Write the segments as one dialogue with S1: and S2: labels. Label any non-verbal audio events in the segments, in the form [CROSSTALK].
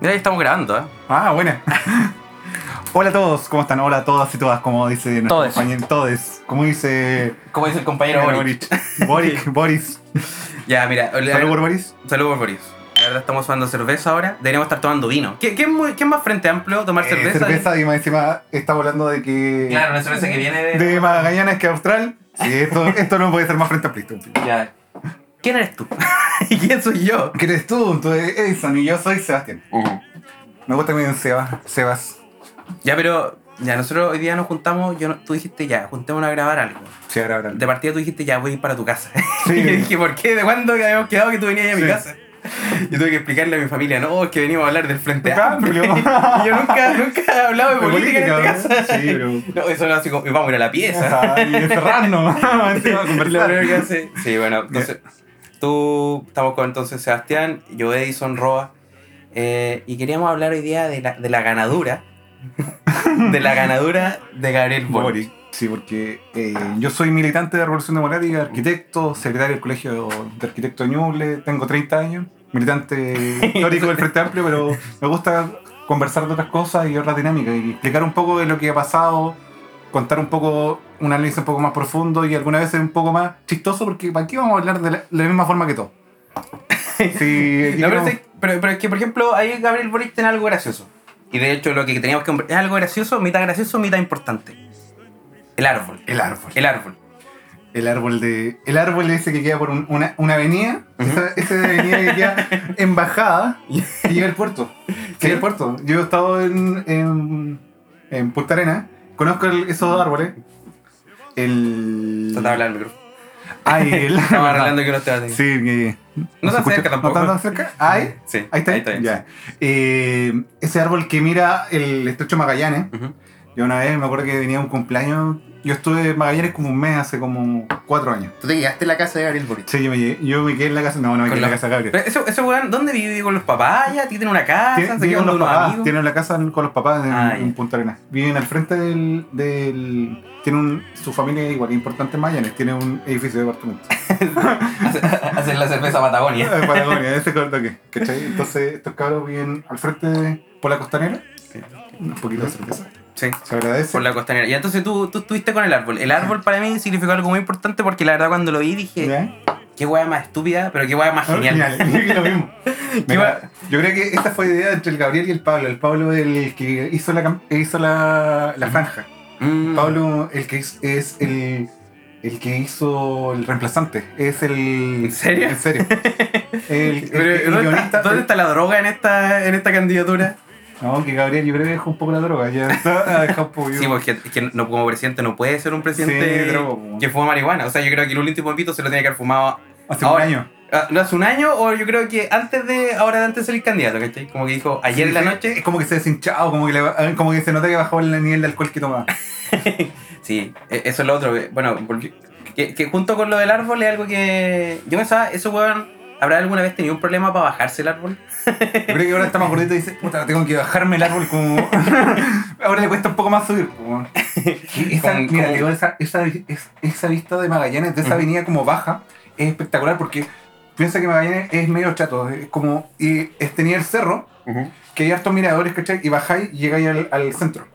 S1: Mira, ahí estamos grabando, ¿eh?
S2: Ah, buena. [LAUGHS] Hola a todos, ¿cómo están? Hola a todas y todas, como dice nuestro
S1: Todes.
S2: compañero. Todes. Como dice.
S1: Como dice el compañero Boric.
S2: Boric. Boric, Boris.
S1: Ya, mira. hola-
S2: Salud por Boris.
S1: Salud por Boris. La verdad, estamos tomando cerveza ahora. Deberíamos estar tomando vino. ¿Qué, qué es, muy- qué es más frente amplio? Tomar
S2: Eh,
S1: cerveza.
S2: y más encima está hablando de que.
S1: Claro, una cerveza que viene de.
S2: De Magallanes que Austral.
S1: [LAUGHS]
S2: Sí, esto, esto no puede ser más frente a Plisto.
S1: Ya. ¿Quién eres tú? [LAUGHS] ¿Y quién soy yo?
S2: ¿Quién eres tú? Tú eres Edison y yo soy Sebastián. Me gusta muy bien Seba, Sebas.
S1: Ya, pero. Ya, nosotros hoy día nos juntamos. Yo, no- tú dijiste ya, juntémonos a grabar algo.
S2: Sí, ahora, ahora.
S1: De partida tú dijiste ya, voy a ir para tu casa. [LAUGHS]
S2: Sí.
S1: y yo dije, ¿por qué? ¿De cuándo habíamos quedado que tú venías a mi
S2: Sí.
S1: casa? Y tuve que explicarle a mi familia, no, es que venimos a hablar del Frente Amplio.
S2: Amplio.
S1: [LAUGHS] y yo nunca, nunca he hablado de
S2: De
S1: política, en este esta casa. [LAUGHS]
S2: política, ¿no? Sí, bro.
S1: No, eso era así como, vamos a ir a la [LAUGHS] pieza.
S2: Ajá, Y
S1: [LAUGHS]
S2: encerrarnos. Encima, a
S1: Lo
S2: conversar.
S1: primero que hace- Sí,
S2: [LAUGHS]
S1: bueno, entonces tú, estamos con entonces Sebastián, yo Edison Roa, eh, y queríamos hablar hoy día de la, de la ganadura, [LAUGHS] de la ganadura de Gabriel Boric.
S2: Boric. Sí, porque eh, yo soy militante de la Revolución Democrática, arquitecto, secretario del Colegio de Arquitectos de Ñuble, tengo 30 años, militante
S1: [LAUGHS]
S2: histórico del Frente Amplio, pero me gusta conversar de otras cosas y otras dinámicas y explicar un poco de lo que ha pasado, contar un poco, un análisis un poco más profundo y algunas veces un poco más chistoso, porque ¿para qué vamos a hablar de la, de la misma forma
S1: [LAUGHS]
S2: que todo? Sí, aquí
S1: No, pero,
S2: queremos-
S1: sí, pero- pero es que, por ejemplo, ahí Gabriel Boric tiene algo gracioso. Y de hecho, lo que teníamos que compre- es algo gracioso, mitad gracioso, mitad importante. El árbol.
S2: el árbol.
S1: El árbol.
S2: El árbol de. El árbol ese que queda por un- una, una avenida.
S1: Ujú.
S2: esa, esa avenida que queda
S1: [LAUGHS]
S2: en bajada. Y llega al puerto.
S1: ¿Sí?
S2: Llega al puerto. Yo he estado en. en, en Punta Arena. Conozco el- esos dos árboles. El.
S1: Estaba hablando del grupo. [LAUGHS]
S2: Ay, el.
S1: Estaba hablando que no te va a tener.
S2: Sí, que-
S1: No se
S2: escucha-
S1: acerca tampoco.
S2: ¿No tan cerca? Ay.
S1: Sí,
S2: Ahí está.
S1: bien.
S2: Ya. Eh, ese árbol que mira el estrecho Magallanes.
S1: Ujú.
S2: Yo una vez me acuerdo que venía a un cumpleaños. Yo estuve en Magallanes como un mes hace como cuatro años.
S1: Tú te llegaste a la casa de Gabriel Boric.
S2: Sí, yo me, llegué- yo me quedé en la casa. No, no me quedé
S1: Con
S2: en la
S1: la-
S2: casa de Gabriel.
S1: Pero ese, ese weón, ¿dónde vive? ¿Vive con los papás? ¿Ya tiene una casa?
S2: Tiene-
S1: ¿Se
S2: vive
S1: queda con
S2: con los
S1: unos
S2: papás,
S1: amigos?
S2: tienen la casa en- con los papás en,
S1: Ah, ya.
S2: en Punta Arenas. Viven al frente del. del tiene un, su familia es igual, es importante en Magallanes. Tiene un edificio de apartamentos.
S1: Hace- Hacen la cerveza
S2: [LAUGHS]
S1: Patagonia.
S2: En Patagonia, ese corto que. ¿Cachai? Entonces, estos cabros viven al frente de- por la costanera. Un poquito de cerveza.
S1: Sí.
S2: Se agradece.
S1: Por la costanera. Y entonces tú, tú estuviste con el árbol. El árbol para mí significó algo muy importante porque la verdad cuando lo vi dije,
S2: ¿Ya? Ah,
S1: qué weá más estúpida, pero qué weá más genial. [LAUGHS]
S2: Genial. Lo mismo.
S1: Qué
S2: Mira,
S1: weá-
S2: yo creo que esta fue idea entre el Gabriel y el Pablo. El Pablo es el que hizo la, cam- hizo la, la franja.
S1: Mm.
S2: Pablo, el que es, es el, el que hizo el reemplazante. Es el. ¿En
S1: serio?
S2: En
S1: [LAUGHS]
S2: serio. El, el-
S1: Pero,
S2: el
S1: ¿dónde,
S2: guionista.
S1: está, dónde está la droga en esta, en esta candidatura?
S2: No, que Gabriel, yo creo que dejó un poco la droga. Ya está, ha dejado un poco.
S1: Sí, pues, porque es que no, como presidente no puede ser un presidente
S2: Sí, droga, po.
S1: que fuma marihuana. O sea, yo creo que el último pito se lo tiene que haber fumado
S2: hace
S1: ahora-
S2: un año.
S1: ah, no hace un año o yo creo que antes de ahora de antes de ser candidato, ¿cachai? Como que dijo ayer en la
S2: Sí, sí,
S1: noche.
S2: Es como que se ha deshinchado, como que, le- como que se nota que bajó el nivel de alcohol que tomaba.
S1: Sí, e- eso es lo otro. que- Bueno, volvi- que, que junto con lo del árbol es algo que. Yo pensaba, eso weón, ¿habrá alguna vez tenido un problema para bajarse el árbol?
S2: Yo creo que ahora está más gordito y dice, puta, tengo que bajarme el árbol como. [LAUGHS] ahora le cuesta un poco más subir. po,
S1: [LAUGHS]
S2: weón. Y Esa,
S1: Como-
S2: mira,
S1: como-
S2: te digo, esa, esa, es- esa vista de Magallanes, de esa
S1: Ujú.
S2: avenida como baja, es espectacular porque piensa que Magallanes es medio chato. Es como. Y es, tenía el cerro, que hay hartos miradores, ¿cachai? Y bajáis y llegáis al, al centro.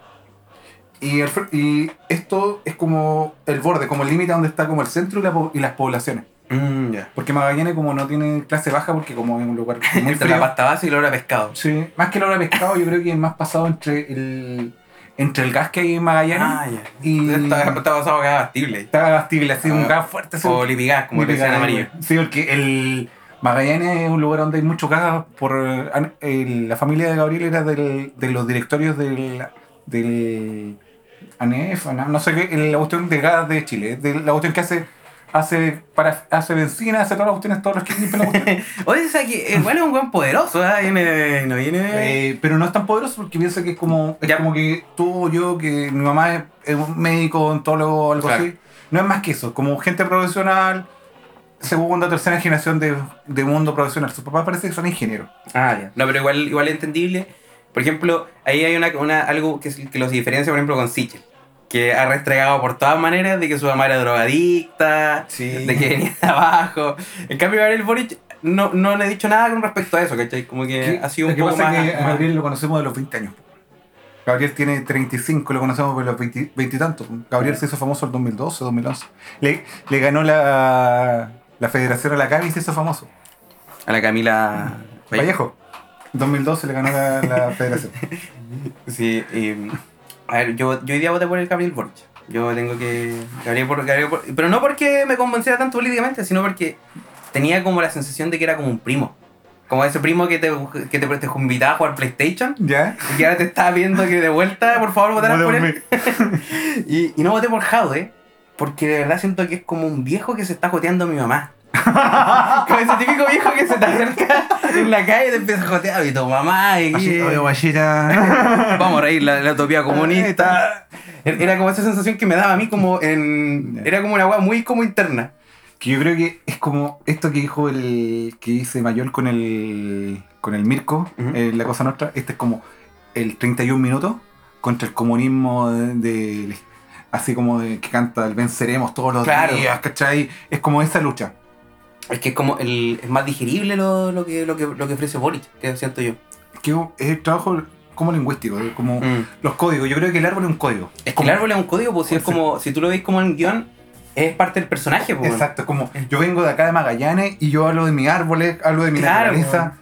S2: Y, el fr- y esto es como el borde, como el límite donde está como el centro y, la po- y las poblaciones.
S1: Mm, ya.
S2: Porque Magallanes como no tiene clase baja porque como es un lugar
S1: [LAUGHS]
S2: muy
S1: Entre la
S2: frío.
S1: pasta base y la hora pescado.
S2: Sí, más que el hora de pescado, yo creo que es más pasado entre el, entre el gas que hay en Magallanes
S1: Ah, ya.
S2: y.
S1: Está, está
S2: Está
S1: basado acá bastible.
S2: gastible, así, un
S1: Ah.
S2: gas fuerte. así,
S1: O
S2: un-
S1: lipigás, como le decían en amarillo.
S2: Sí, porque el Magallanes es un lugar donde hay mucho gas. Por, eh, an- el- la familia de Gabriel era del- de los directorios del. del ANEF, no, no sé qué, el- la cuestión de gas de Chile, de la cuestión que hace. Hace, para, hace benzina, hace todas las cuestiones, todos los que limpian la cuestión.
S1: Oye, o sea que el weón es un weón poderoso, ¿ah? Viene, no viene.
S2: Eh, pero no es tan poderoso porque piensa que es como, es
S1: Ya.
S2: como que tú, yo, que mi mamá es, es un médico, ontólogo, algo
S1: Claro.
S2: así. No es más que eso, como gente profesional, segunda, tercera generación de, de mundo profesional. Su papá parece que son ingenieros.
S1: Ah, ya. No, pero igual, igual es entendible. Por ejemplo, ahí hay una, una- algo que, es- que los diferencia, por ejemplo, con Sichel. Que ha restregado por todas maneras de que su mamá era drogadicta,
S2: Sí.
S1: de que venía de abajo. En cambio, Gabriel Boric no, no le he dicho nada con respecto a eso, ¿cachai? Como que
S2: ¿Qué-
S1: Eh, ha sido un
S2: lo que
S1: poco
S2: pasa
S1: más.
S2: es que a
S1: más-
S2: Gabriel lo conocemos de los 20 años. Gabriel tiene 35, lo conocemos de los 20, 20 y tantos. Gabriel se hizo famoso en 2012, 2011. Le, le ganó la, la federación a la Cami y se hizo famoso.
S1: A la Camila Vallejo.
S2: Vallejo. En 2012 le ganó
S1: [LAUGHS]
S2: la, la federación.
S1: Sí, y, a ver, yo, yo hoy día voté por el Gabriel Boric. Yo tengo que. Gabriel Bor- Gabriel Bor- pero no porque me convenciera tanto políticamente, sino porque tenía como la sensación de que era como un primo. Como ese primo que te, que te, te invitaba a jugar PlayStation
S2: ¿Ya?
S1: y que ahora te está viendo que de vuelta, por favor, votarás por él. Y, y no voté por Jade, porque de verdad siento que es como un viejo que se está joteando a mi
S2: [LAUGHS]
S1: mamá. Como ese típico viejo que se te acerca en la calle y te empieza a jotear. Y tu mamá, y,
S2: Así,
S1: y-
S2: oye,
S1: [LAUGHS]
S2: guachita.
S1: vamos a reír la, la utopía comunista. Era era como esa sensación que me daba a mí como en... Era como una weá muy como interna.
S2: Que yo creo que es como esto que dijo el que hice mayor con el con el Mirko,
S1: Ujú.
S2: eh, la cosa nuestra, este es como el 31 minutos contra el comunismo de, de- así como de que canta el venceremos todos los
S1: Claro.
S2: días, ¿cachai? Es como esa lucha.
S1: Es que es como el... Es más digerible lo, lo, que, lo, que, lo que ofrece Boric, que siento yo.
S2: Que es el trabajo como lingüístico, de como
S1: Mm.
S2: los códigos. Yo creo que el árbol es un código.
S1: Es que
S2: Como-
S1: el árbol es un código, pues si es
S2: Sí.
S1: como... Si tú lo veis como en guión, es parte del personaje, pues.
S2: Exacto, es como yo vengo de acá de Magallanes y yo hablo de mis árboles, hablo de mi
S1: Claro,
S2: naturaleza.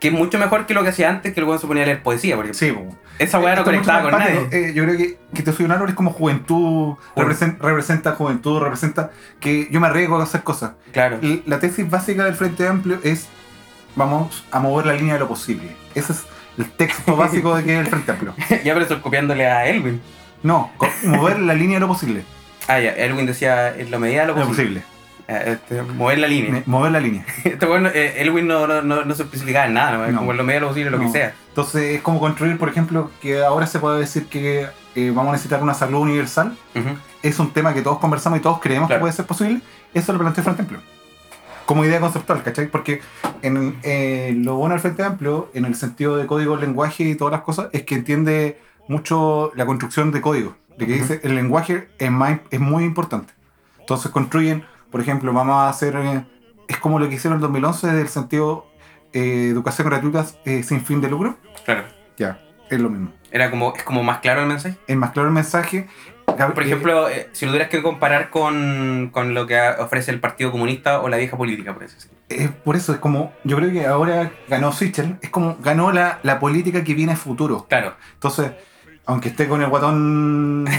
S1: Que es mucho mejor que lo que hacía antes, que el weón se ponía a leer poesía, porque
S2: Sí, pues, po.
S1: esa weá no
S2: Esto es mucho
S1: conectaba
S2: más
S1: con
S2: empático.
S1: nadie.
S2: Eh, yo creo que, que Te soy un árbol es como juventud, represen- representa juventud, representa que yo me arriesgo a hacer cosas.
S1: Claro. [LAUGHS]
S2: L- La tesis básica del Frente Amplio es vamos a mover la línea de lo posible. Ese es el
S1: [LAUGHS]
S2: texto básico de que es el Frente Amplio.
S1: ya pero estoy copiándole a Elwin.
S2: No, co- mover la línea de lo posible.
S1: Ah, ya, Elwin decía, en la medida de [LAUGHS] lo
S2: De Lo
S1: posible.
S2: posible.
S1: Ah, este, mover la línea.
S2: Ne- Mover la línea.
S1: Este bueno, eh, Elwin no, no, no, no se especificaba en nada, ¿no?
S2: No.
S1: como en lo medio de lo posible, lo que
S2: No.
S1: sea.
S2: Entonces es como construir, por ejemplo, que ahora se puede decir que eh, vamos a necesitar una salud universal.
S1: Ujú.
S2: es un tema que todos conversamos y todos creemos
S1: Claro.
S2: que puede ser posible, eso lo planteó el Frente Amplio. Como idea conceptual, ¿cachai? Porque en, eh, lo bueno del Frente Amplio, en el sentido de código, lenguaje y todas las cosas, es que entiende mucho la construcción de código. De que
S1: Ujú.
S2: dice, el lenguaje es, más- es muy importante. Entonces construyen, por ejemplo, vamos a hacer... eh, es como lo que hicieron en el 2011 del sentido eh, educación gratuita eh, sin fin de lucro.
S1: Claro.
S2: Ya, es lo mismo.
S1: Era como, es como más claro el mensaje.
S2: Es más claro el mensaje. Ah,
S1: Por ejemplo, eh, si lo tuvieras que comparar con, con lo que ofrece el Partido Comunista o la vieja política, por así decirlo.
S2: Es por eso, es como, yo creo que ahora ganó Switcher, es como ganó la, la política que viene a futuro. [LAUGHS]
S1: Claro,
S2: Entonces, aunque esté con el guatón... [LAUGHS]
S1: [LAUGHS]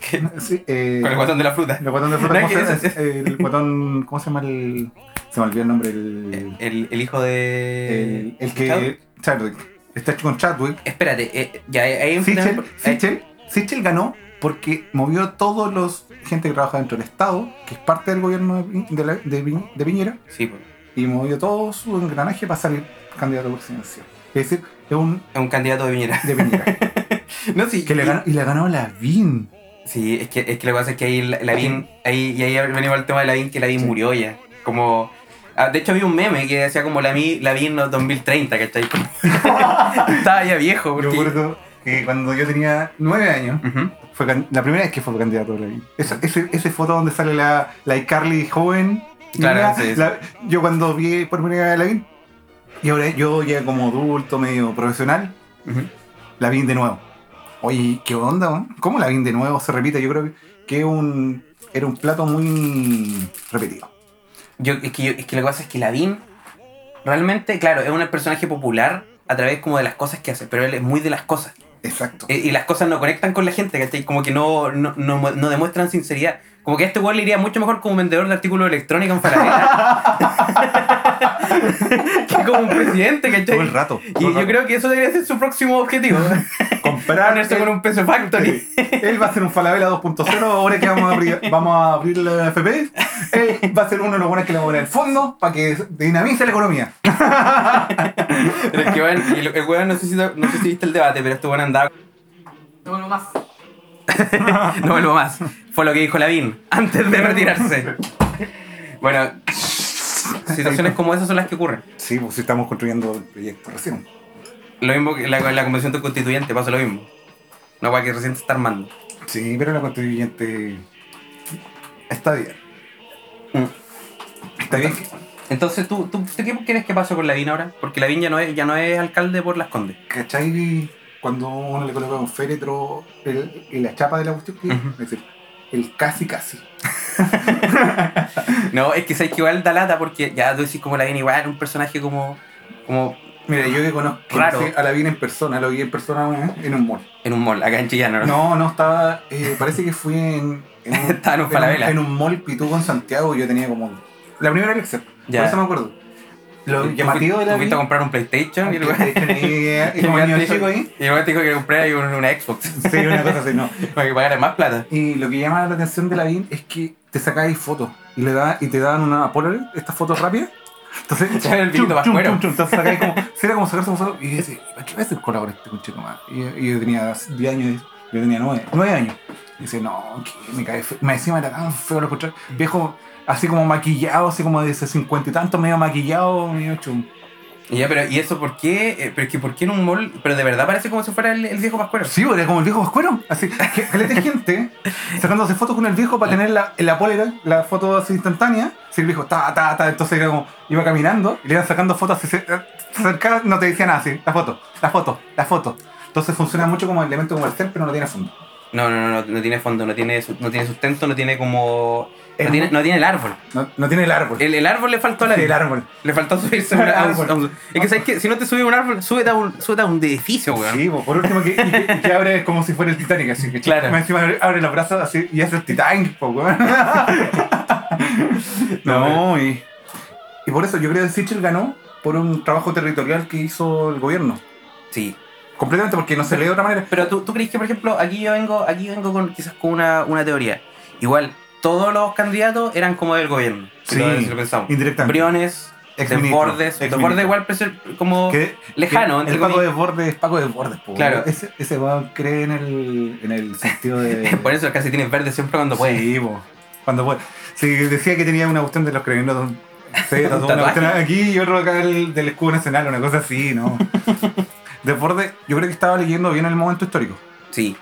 S1: Que-
S2: sí, eh,
S1: con el guatón de la fruta.
S2: el guatón de fruta,
S1: No,
S2: ¿cómo
S1: es que
S2: se- el guatón, ¿cómo se llama el...? Se me olvidó el nombre, el...
S1: El, el hijo de...
S2: el, el
S1: eh,
S2: que... Chadwick. Está hecho con Chadwick.
S1: Espérate, eh, ya ahí ahí eh,
S2: Sichel,
S1: ahí-
S2: Sichel, Sichel ganó porque movió a todos los... Gente que trabaja dentro del Estado, que es parte del gobierno de, Pi- de, la- de Pi- de Piñera,
S1: Sí, pues,
S2: y movió todo su engranaje para salir candidato presidencial. Es decir, es un
S1: es un candidato de Piñera. [LAUGHS]
S2: de Piñera.
S1: No, sí.
S2: [LAUGHS] que le
S1: y-
S2: ganó, y le ganó la VIN.
S1: Sí, es que, es que lo que pasa es que ahí la- Lavín, ahí, y ahí venimos al tema de Lavín, que Lavín
S2: Sí.
S1: murió ya. Como, ah, de hecho había un meme que decía como Lavín, Lavín no, 2030, ¿cachai? Como- [LAUGHS] Estaba ya viejo, porque...
S2: Yo recuerdo que cuando yo tenía nueve años,
S1: Ujú.
S2: fue can- la primera vez que fue candidato a la VIN. Esa, ese- esa foto donde sale la, la iCarly joven.
S1: Claro,
S2: niña,
S1: sí, sí.
S2: la- yo cuando vi por primera vez a la VIN, y ahora yo ya como adulto, medio profesional,
S1: Ujú.
S2: la VIN de nuevo. Oye, ¿qué onda? man? ¿Cómo la VIN de nuevo se repite? Yo creo que, que un, era un plato muy repetido.
S1: Yo, es, que yo- es que lo que pasa es que Lavín realmente, claro, es un personaje popular a través como de las cosas que hace, pero él es muy de las cosas.
S2: Exacto.
S1: Eh, y las cosas no conectan con la gente, ¿cachai? Como que no, no, no, mu- no demuestran sinceridad. Como que a este weón le iría mucho mejor como vendedor de artículos electrónicos en Falabella. [LAUGHS] que como un presidente,
S2: todo
S1: ¿cachai?
S2: el rato.
S1: Y yo creo que eso debería ser su próximo [LAUGHS] objetivo. Ponerse con
S2: comprar.
S1: un peso factory.
S2: [LAUGHS] Él va a ser un Falabella 2.0 ahora que vamos a abrir, vamos a abrir la FP. Él va a ser uno de los buenos que le va a poner el fondo para que dinamice la economía.
S1: Pero es que, bueno, y el, el weón, no sé, si, no sé si viste el debate, pero este weón andaba.
S3: No vuelvo más.
S1: [LAUGHS] No vuelvo más. Fue lo que dijo Lavín antes de [LAUGHS] retirarse. Bueno, situaciones como esas son las que ocurren.
S2: Sí, pues si estamos construyendo el proyecto recién.
S1: Lo mismo que la, la convención constituyente, pasa lo mismo. Una weá que recién se está armando.
S2: Sí, pero la constituyente está bien.
S1: Mm.
S2: Está bien.
S1: Entonces, ¿tú, tú, tú qué crees que pasó con Lavín ahora? Porque Lavín ya no es, ya no es alcalde por Las Condes.
S2: ¿Cachai? Cuando uno le coloca un féretro el- y la chapa de la cuestión, ¿qué?
S1: Ujú.
S2: es decir, el casi casi.
S1: No, es que sabes que igual da lata porque ya tú decís como Lavín igual, un personaje como, como
S2: Mira, yo que conozco que
S1: Raro.
S2: no sé, a la vi en persona, lo vi en persona una vez en un mall.
S1: en un mall, acá en Chillano. ¿no?
S2: No, no, estaba. eh, parece que fui en.
S1: [LAUGHS]
S2: en un,
S1: Estaba en un Falabella.
S2: en un mall pituco en Santiago y yo tenía como. La primera elección. Por eso me acuerdo. Lo
S1: Tú
S2: llamativo de
S1: fuiste-
S2: la
S1: tú fuiste a
S2: vida.
S1: comprar un PlayStation y [LAUGHS] luego
S2: Y como niño chico ahí.
S1: y luego te dijo que comprar una, una Xbox [LAUGHS]
S2: Sí, una cosa así, no.
S1: para que pagara más plata.
S2: Y lo que llama la atención de la BIM es que te sacáis fotos y, le da, y te dan una Polaroid, estas fotos rápidas. Entonces,
S1: Ya, el bichito
S2: chum, chum,
S1: pascuero.
S2: chum, chum, entonces sacáis como, [LAUGHS] si era como sacarse una foto y yo decía, ¿para qué voy a hacer cola con este conchito más? Y, y yo tenía 10 años, yo tenía 9, años. Y decía, no, que me cae feo. Me decía, me era tan feo lo escuchar. Viejo, así como maquillado, así como de ese 50 y tanto, medio maquillado, medio chum.
S1: Y ya, pero ¿y eso por qué? Eh, Pero es que ¿por qué en un mall? Pero de verdad parece como si fuera el, el viejo Pascuero.
S2: Sí, era como el viejo Pascuero. Así, que- que le de gente sacándose fotos con el viejo para tener la, en la polera, la foto así instantánea. Si el viejo, ta, ta, ta, entonces era como, iba caminando y le iban sacando fotos así, se, eh, se acercaba, no te decía nada así, la foto, la foto, la foto. Entonces funciona mucho como elemento comercial, pero no tiene fondo.
S1: No, no, no, no, no tiene fondo, no tiene, su- no tiene sustento, no tiene como...
S2: Es
S1: No tiene, no tiene el árbol.
S2: No, no tiene el árbol.
S1: El, el árbol le faltó la
S2: Sí, el árbol.
S1: Le faltó subirse a un,
S2: Al
S1: a un-
S2: [LAUGHS] árbol.
S1: a un- Es que sabes que si no te subes a un árbol, súbete a un, súbete a un edificio, weón.
S2: Sí, po, por último, que, y que, y que abre como si fuera el Titanic, así que
S1: Claro.
S2: más encima abre, abre los brazos así y hace el Titanic,
S1: [LAUGHS]
S2: po, weón. No, y, y por eso yo creo que Sichel ganó por un trabajo territorial que hizo el gobierno.
S1: Sí.
S2: Completamente, porque no se le de otra manera.
S1: Pero tú, tú crees que, por ejemplo, aquí yo vengo, aquí yo vengo con quizás con una, una teoría. Igual, todos los candidatos eran como del gobierno. si
S2: Sí.
S1: lo- si lo pensamos.
S2: Indirectamente.
S1: Briones,
S2: Exministro,
S1: Desbordes.
S2: exministro.
S1: Desbordes igual pero es como...
S2: Que-
S1: Lejano,
S2: que
S1: entre
S2: el Paco
S1: comillas.
S2: de Bordes es Paco de Bordes, po,
S1: Claro.
S2: weón. Ese, ese weón cree en el, en el sentido de.
S1: [LAUGHS] Por eso casi tienes verde siempre cuando puedes.
S2: Sí, po. cuando puede. Sí, decía que tenía una cuestión de los carabineros. Sí,
S1: [LAUGHS]
S2: tatuó una
S1: Tatuaje.
S2: cuestión aquí y otro acá del, del escudo nacional, una cosa
S1: [LAUGHS]
S2: así, ¿no? Desborde, yo creo que estaba leyendo bien el momento histórico,
S1: Sí,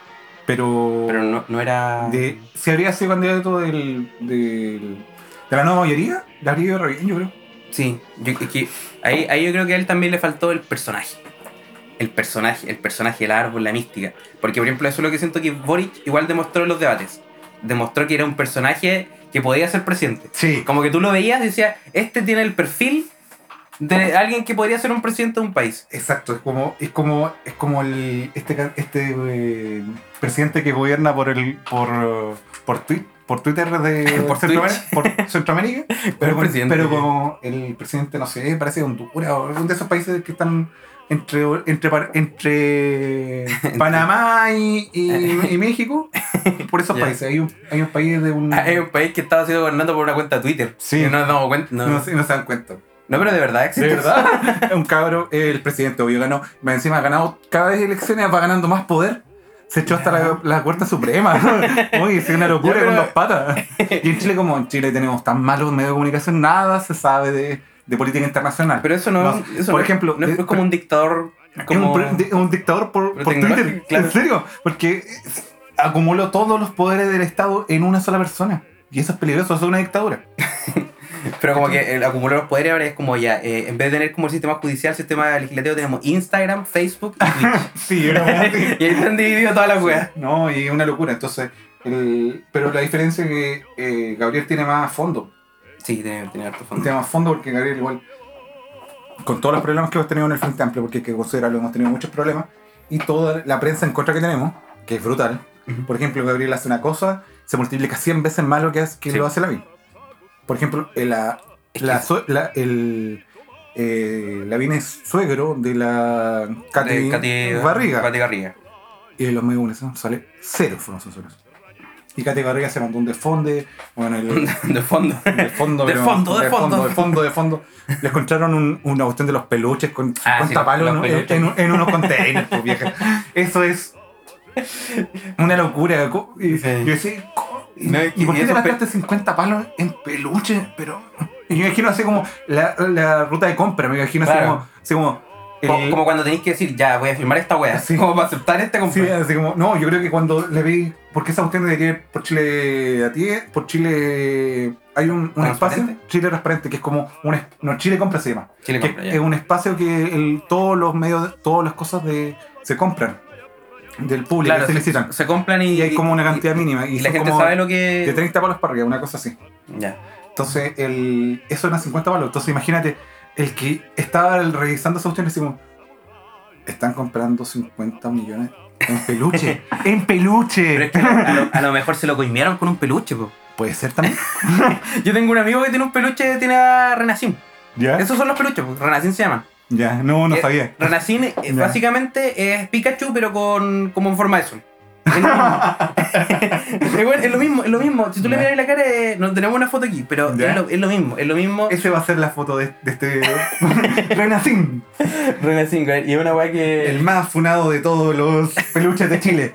S2: pero,
S1: pero no, no era...
S2: de, si habría sido candidato del, del- de la nueva mayoría, le habría ido re bien, yo creo.
S1: Sí, yo, es que ahí, ahí yo creo que a él también le faltó el personaje. El personaje, el personaje, el árbol, la mística. Porque, por ejemplo, eso es lo que siento que Boric igual demostró en los debates. Demostró que era un personaje que podía ser presidente.
S2: Sí,
S1: Como que tú lo veías y decías, este tiene el perfil de alguien que podría ser un presidente de un país.
S2: exacto, es como, es como, es como el, este, ca- este eh, presidente que gobierna por el, por, eh, por Twitter. Por Twitter de
S1: [LAUGHS] Por
S2: Centroamérica, por
S1: [LAUGHS]
S2: Centroamérica,
S1: Un
S2: pero, con-
S1: presidente
S2: pero
S1: que-
S2: como el presidente, no sé, parece de Honduras o algún de esos países que están entre, entre, par-
S1: [LAUGHS]
S2: entre Panamá y, y- y México, por esos
S1: Ya.
S2: países. Hay un, hay un país de un.
S1: Ah, Es un país que estaba siendo gobernado por una cuenta de Twitter.
S2: Mm. Sí.
S1: Y no nos damos cuenta. No,
S2: No, sé, no se dan cuenta.
S1: No, pero de verdad existe.
S2: ¿De verdad? pues. [LAUGHS] un cabro, eh, el presidente, obvio, ganó. Más Encima ha ganado cada vez elecciones, va ganando más poder. Se echó hasta la, la Corte Suprema. [LAUGHS] Uy, es una locura
S1: Ya, pero-
S2: con dos patas. Y en Chile, como en Chile tenemos tan malos medios de comunicación, nada se sabe de, de política internacional.
S1: Pero eso no,
S2: No,
S1: eso
S2: por
S1: no-
S2: ejemplo,
S1: no es,
S2: de-
S1: no es como un dictador. Como...
S2: Es un, pre- de- un dictador por,
S1: Pero
S2: por
S1: tecnológico,
S2: Twitter.
S1: claro.
S2: En serio. Porque acumuló todos los poderes del Estado en una sola persona. Y eso es peligroso, eso es una dictadura.
S1: Pero como que el acumular los poderes ahora es como ya, eh, en vez de tener como el sistema judicial, sistema legislativo, tenemos Instagram, Facebook y
S2: [LAUGHS]
S1: Twitch.
S2: Sí, una wea así.
S1: y ahí están divididos
S2: [LAUGHS]
S1: todas las weas.
S2: No, y es una locura. Entonces, el- pero la diferencia es que eh, Gabriel tiene más fondo.
S1: Sí, tiene, tiene harto fondo.
S2: Tiene más fondo porque Gabriel igual, con todos los problemas que hemos tenido en el Frente Amplio, porque hay que considerarlo, hemos tenido muchos problemas, y toda la prensa en contra que tenemos, que es brutal.
S1: Ujú.
S2: Por ejemplo, Gabriel hace una cosa, se multiplica 100 veces más lo que, hace- que
S1: Sí.
S2: lo hace la misma. Por ejemplo, eh, la,
S1: Es
S2: la,
S1: que-
S2: sue- la, el, eh, Lavín es suegro de la Katy,
S1: De
S2: Barriga.
S1: Katy Garriga. [LAUGHS]
S2: Y de los medios de comunicación sale cero información sobre eso. Y Katy Barriga se mandó un desfonde. Bueno, el,
S1: De fondo.
S2: de
S1: [LAUGHS]
S2: fondo,
S1: De
S2: pero-
S1: fondo, de fondo.
S2: de fondo, de fondo. Le encontraron un- una cuestión de los peluches con
S1: Ah,
S2: 50
S1: sí,
S2: palos
S1: los
S2: en-
S1: peluches.
S2: en, en unos containers, pues, vieja. Eso es una locura. Co- y-
S1: Sí.
S2: Yo decía, co- y-
S1: No, y-
S2: ¿y por
S1: y
S2: qué te
S1: esos pe-
S2: gastaste 50 palos en peluches? Pero. Y yo imagino así como la, la ruta de compra, me imagino así
S1: Claro.
S2: como. Así como,
S1: Como,
S2: el-
S1: como cuando tenéis que decir, ya, voy a firmar esta wea.
S2: Eh, Sí.
S1: Como para aceptar este
S2: Sí,
S1: compromiso.
S2: así como, no, yo creo que cuando le vi, porque esa cuestión debería ir por Chile a 10, por Chile hay un, un espacio,
S1: ¿Transparente?
S2: Chile Transparente, que es como un es- no, Chile Compra se llama.
S1: Chile
S2: que
S1: compra,
S2: es
S1: ya.
S2: un espacio que el- todos los medios, todas las cosas de, se compran del público,
S1: Claro,
S2: se
S1: se,
S2: licitan.
S1: se compran y,
S2: Y hay como una cantidad
S1: y-
S2: mínima. Y,
S1: y la
S2: son
S1: gente
S2: como
S1: sabe lo que.
S2: de 30 palos para arriba, una cosa así.
S1: Ya.
S2: Entonces, el, eso eran 50 palos. Entonces, imagínate, el que estaba revisando esas opciones, decimos, están comprando 50 millones en [LAUGHS] peluche.
S1: Pero
S2: ¡En
S1: es
S2: peluche!
S1: que a lo, a lo mejor se lo coimearon con un peluche, po.
S2: Puede ser también.
S1: Yo tengo un amigo que tiene un peluche, tiene a Renacín.
S2: [LAUGHS] ¿Ya?
S1: Esos son los peluches, po. Renacín se llaman.
S2: Ya, no, no
S1: Eh,
S2: sabía.
S1: Renacín eh,
S2: Ya.
S1: básicamente es Pikachu, pero con como en forma de sol. Es lo mismo. [LAUGHS] Eh, bueno, es lo mismo, es lo mismo. Si tú le
S2: Ya.
S1: miras la cara, eh, no tenemos una foto aquí, pero
S2: Ya.
S1: es lo, es lo mismo, es lo mismo.
S2: Ese va a ser la foto de, de este [LAUGHS] video. Renacín,
S1: Renacín, güey, y es una weá que.
S2: el más funado de todos los peluches de Chile.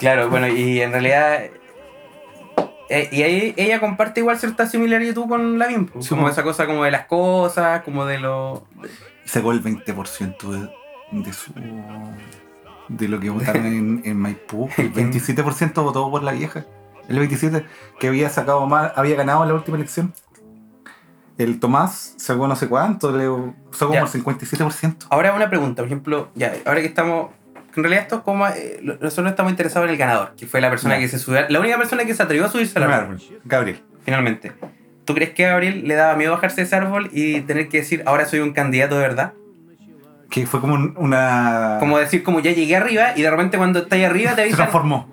S1: Claro, bueno, y en realidad. eh, y ahí ella comparte igual cierta similitud con la BIM, pues,
S2: Sí,
S1: como
S2: po.
S1: esa cosa como de las cosas, como de lo.
S2: Sacó el 20% de, de su. de lo que votaron en, en Maipú. El 27% votó por la vieja. El 27% que había sacado más, había ganado en la última elección. El Tomás sacó no sé cuánto, le sacó
S1: Ya.
S2: como el 57%.
S1: Ahora una pregunta, por ejemplo, ya, ahora que estamos. En realidad esto es como. eh, lo- nosotros estamos interesados en el ganador, que fue la persona
S2: Ya.
S1: que se subió. La única persona que se atrevió a subirse al árbol,
S2: Gabriel.
S1: finalmente. ¿Tú crees que a Gabriel le daba miedo bajarse de ese árbol y tener que decir, ahora soy un candidato de verdad?
S2: Que fue como un- una.
S1: Como decir, como ya llegué arriba y de repente cuando estás ahí arriba te
S2: se
S1: avisan.
S2: transformó.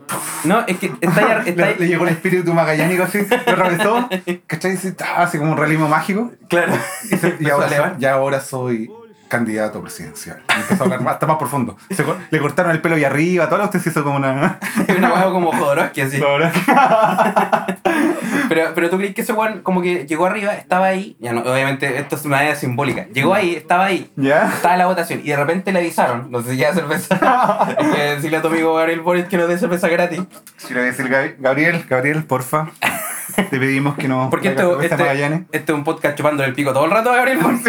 S1: No, es que estás ahí ar- estás
S2: [LAUGHS] Le,
S1: ahí-
S2: le llegó el espíritu magallánico así, lo atravesó, ¿cachai? Así, ta, así como un realismo mágico.
S1: Claro.
S2: [LAUGHS] Y, se- y
S1: Empezó a
S2: ahora,
S1: elevar.
S2: soy- y ahora soy candidato presidencial. Y empezó a hablar más, está más profundo. Se co- le cortaron el pelo y arriba, todo lo que se hizo como una.
S1: [LAUGHS] una hueá como Jodorowsky así.
S2: La verdad.
S1: Pero, pero tú crees que ese weón como que llegó arriba, estaba ahí, ya no, obviamente esto es una manera simbólica, llegó ahí, estaba ahí,
S2: ¿Ya?
S1: estaba la votación y de repente le avisaron, no sé si ya cerveza, [LAUGHS] hay que decirle a tu amigo Gabriel Boric que nos dé cerveza gratis.
S2: Si le voy a decir, Gab- Gabriel, Gabriel, porfa, te pedimos que no.
S1: Porque este,
S2: esta
S1: este,
S2: Magallanes.
S1: este es un podcast chupándole el pico todo el rato a Gabriel Boric.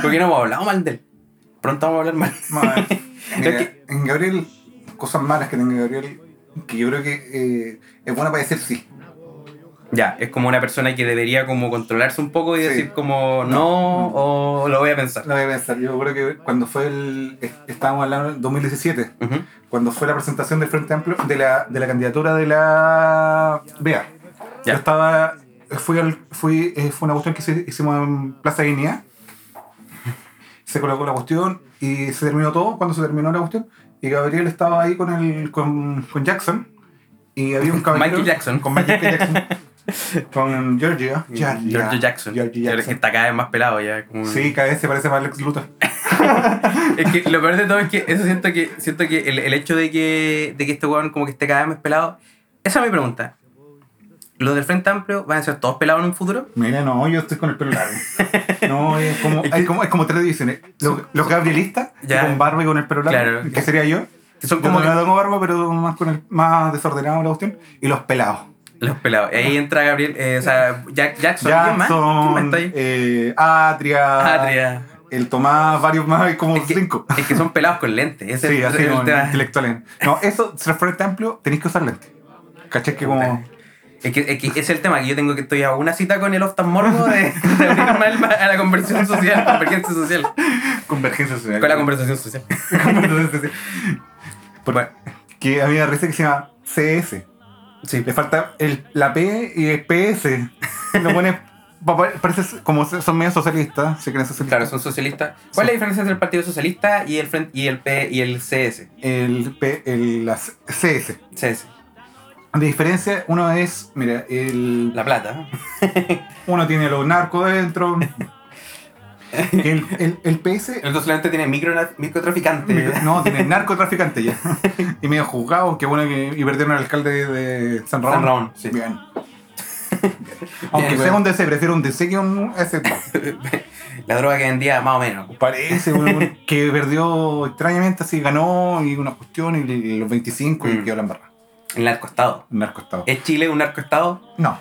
S1: [LAUGHS] Porque no hemos hablado mal de él. Pronto vamos a hablar mal.
S2: Madre.
S1: [LAUGHS]
S2: Mira,
S1: Es que-
S2: en Gabriel, cosas malas que tenga Gabriel, que yo creo que eh, es bueno para decir sí.
S1: Ya, es como una persona que debería como controlarse un poco y
S2: Sí.
S1: decir como no,
S2: No,
S1: o lo voy a pensar.
S2: Lo voy a pensar. Yo creo que cuando fue el. es- Estábamos hablando del 2017,
S1: Ujú.
S2: cuando fue la presentación del Frente Amplio de la, de la candidatura de la. Vea.
S1: Ya.
S2: Yo estaba. Fui al, fui, eh, fue una cuestión que hice- hicimos en Plaza Guinea. Se colocó la cuestión y se terminó todo cuando se terminó la cuestión. Y Gabriel estaba ahí con el con, con Jackson. Y había un caballero.
S1: Michael Jackson.
S2: Con Michael Jackson.
S1: [LAUGHS]
S2: con Georgia. Georgia.
S1: George Jackson.
S2: George
S1: Pero es que
S2: Jackson.
S1: está cada vez más pelado ya. como-
S2: Sí, cada vez se parece más a Lex Luthor.
S1: Es que lo peor de todo es que eso siento que siento que el, el hecho de que, de que este weón como que esté cada vez más pelado. Esa es mi pregunta. ¿Los del Frente Amplio van a ser todos pelados en un futuro?
S2: Mira, no, yo estoy con el
S1: [LAUGHS]
S2: pelo largo. No, es como,
S1: Es
S2: hay como, es como tres divisiones. Los, ¿eh? los gabrielistas, que
S1: Ya.
S2: con barba y con el pelo largo,
S1: Claro.
S2: que sería yo.
S1: Que son
S2: Yo como
S1: como
S2: que no tengo barba, pero más, con el, más desordenado la cuestión. Y los pelados.
S1: los pelados. Ahí entra Gabriel, eh, o sea, Jack, Jackson, ¿quién más? ¿Quién más
S2: Jackson,
S1: está ahí?
S2: eh, Atria,
S1: Atria.
S2: el Tomás, varios más, hay como
S1: Es que,
S2: cinco.
S1: es que son pelados con lentes. Ese
S2: Sí,
S1: es
S2: así
S1: el
S2: como
S1: tema.
S2: intelectuales. No, eso, si el frente amplio, tenéis que usar lentes. ¿Cachai? Que como.
S1: Es que, es que ese es el tema que yo tengo que estoy a una cita con el oftalmólogo de, de abrir mal a la conversión social, convergencia social.
S2: Convergencia social.
S1: Con la conversación social.
S2: Convergencia
S1: [LAUGHS]
S2: [LAUGHS] social. Porque- que a mí me da risa que se llama CS.
S1: Sí,
S2: Le falta el, la P y el PS. Lo [LAUGHS] pone. papá- Parece como son medios socialistas, se creen
S1: Claro,
S2: socialistas.
S1: son socialistas. ¿Cuál es la diferencia entre el Partido Socialista y el Frente y el P y el CS?
S2: El, P, el la C- CS.
S1: CS,
S2: De diferencia, uno es. Mira, el,
S1: La Plata.
S2: uno tiene los narcos
S1: [LAUGHS]
S2: dentro. El, el, el PS.
S1: Entonces la gente tiene micro, microtraficante.
S2: No, tiene
S1: [LAUGHS]
S2: narcotraficante ya. Y medio juzgado, qué bueno que. Y perdieron al alcalde de San Ramón.
S1: San Ramón, sí.
S2: Bien.
S1: [LAUGHS]
S2: Aunque
S1: Bien,
S2: sea
S1: bueno.
S2: un DC, prefiero un DC que un S.
S1: La droga que vendía más o menos.
S2: Parece un- un-
S1: [LAUGHS]
S2: que perdió extrañamente, así ganó y una cuestión y, los 25
S1: Mm.
S2: y quedó la embarrada.
S1: El narcoestado.
S2: Un narcoestado.
S1: ¿Es Chile un narcoestado? [LAUGHS]
S2: No.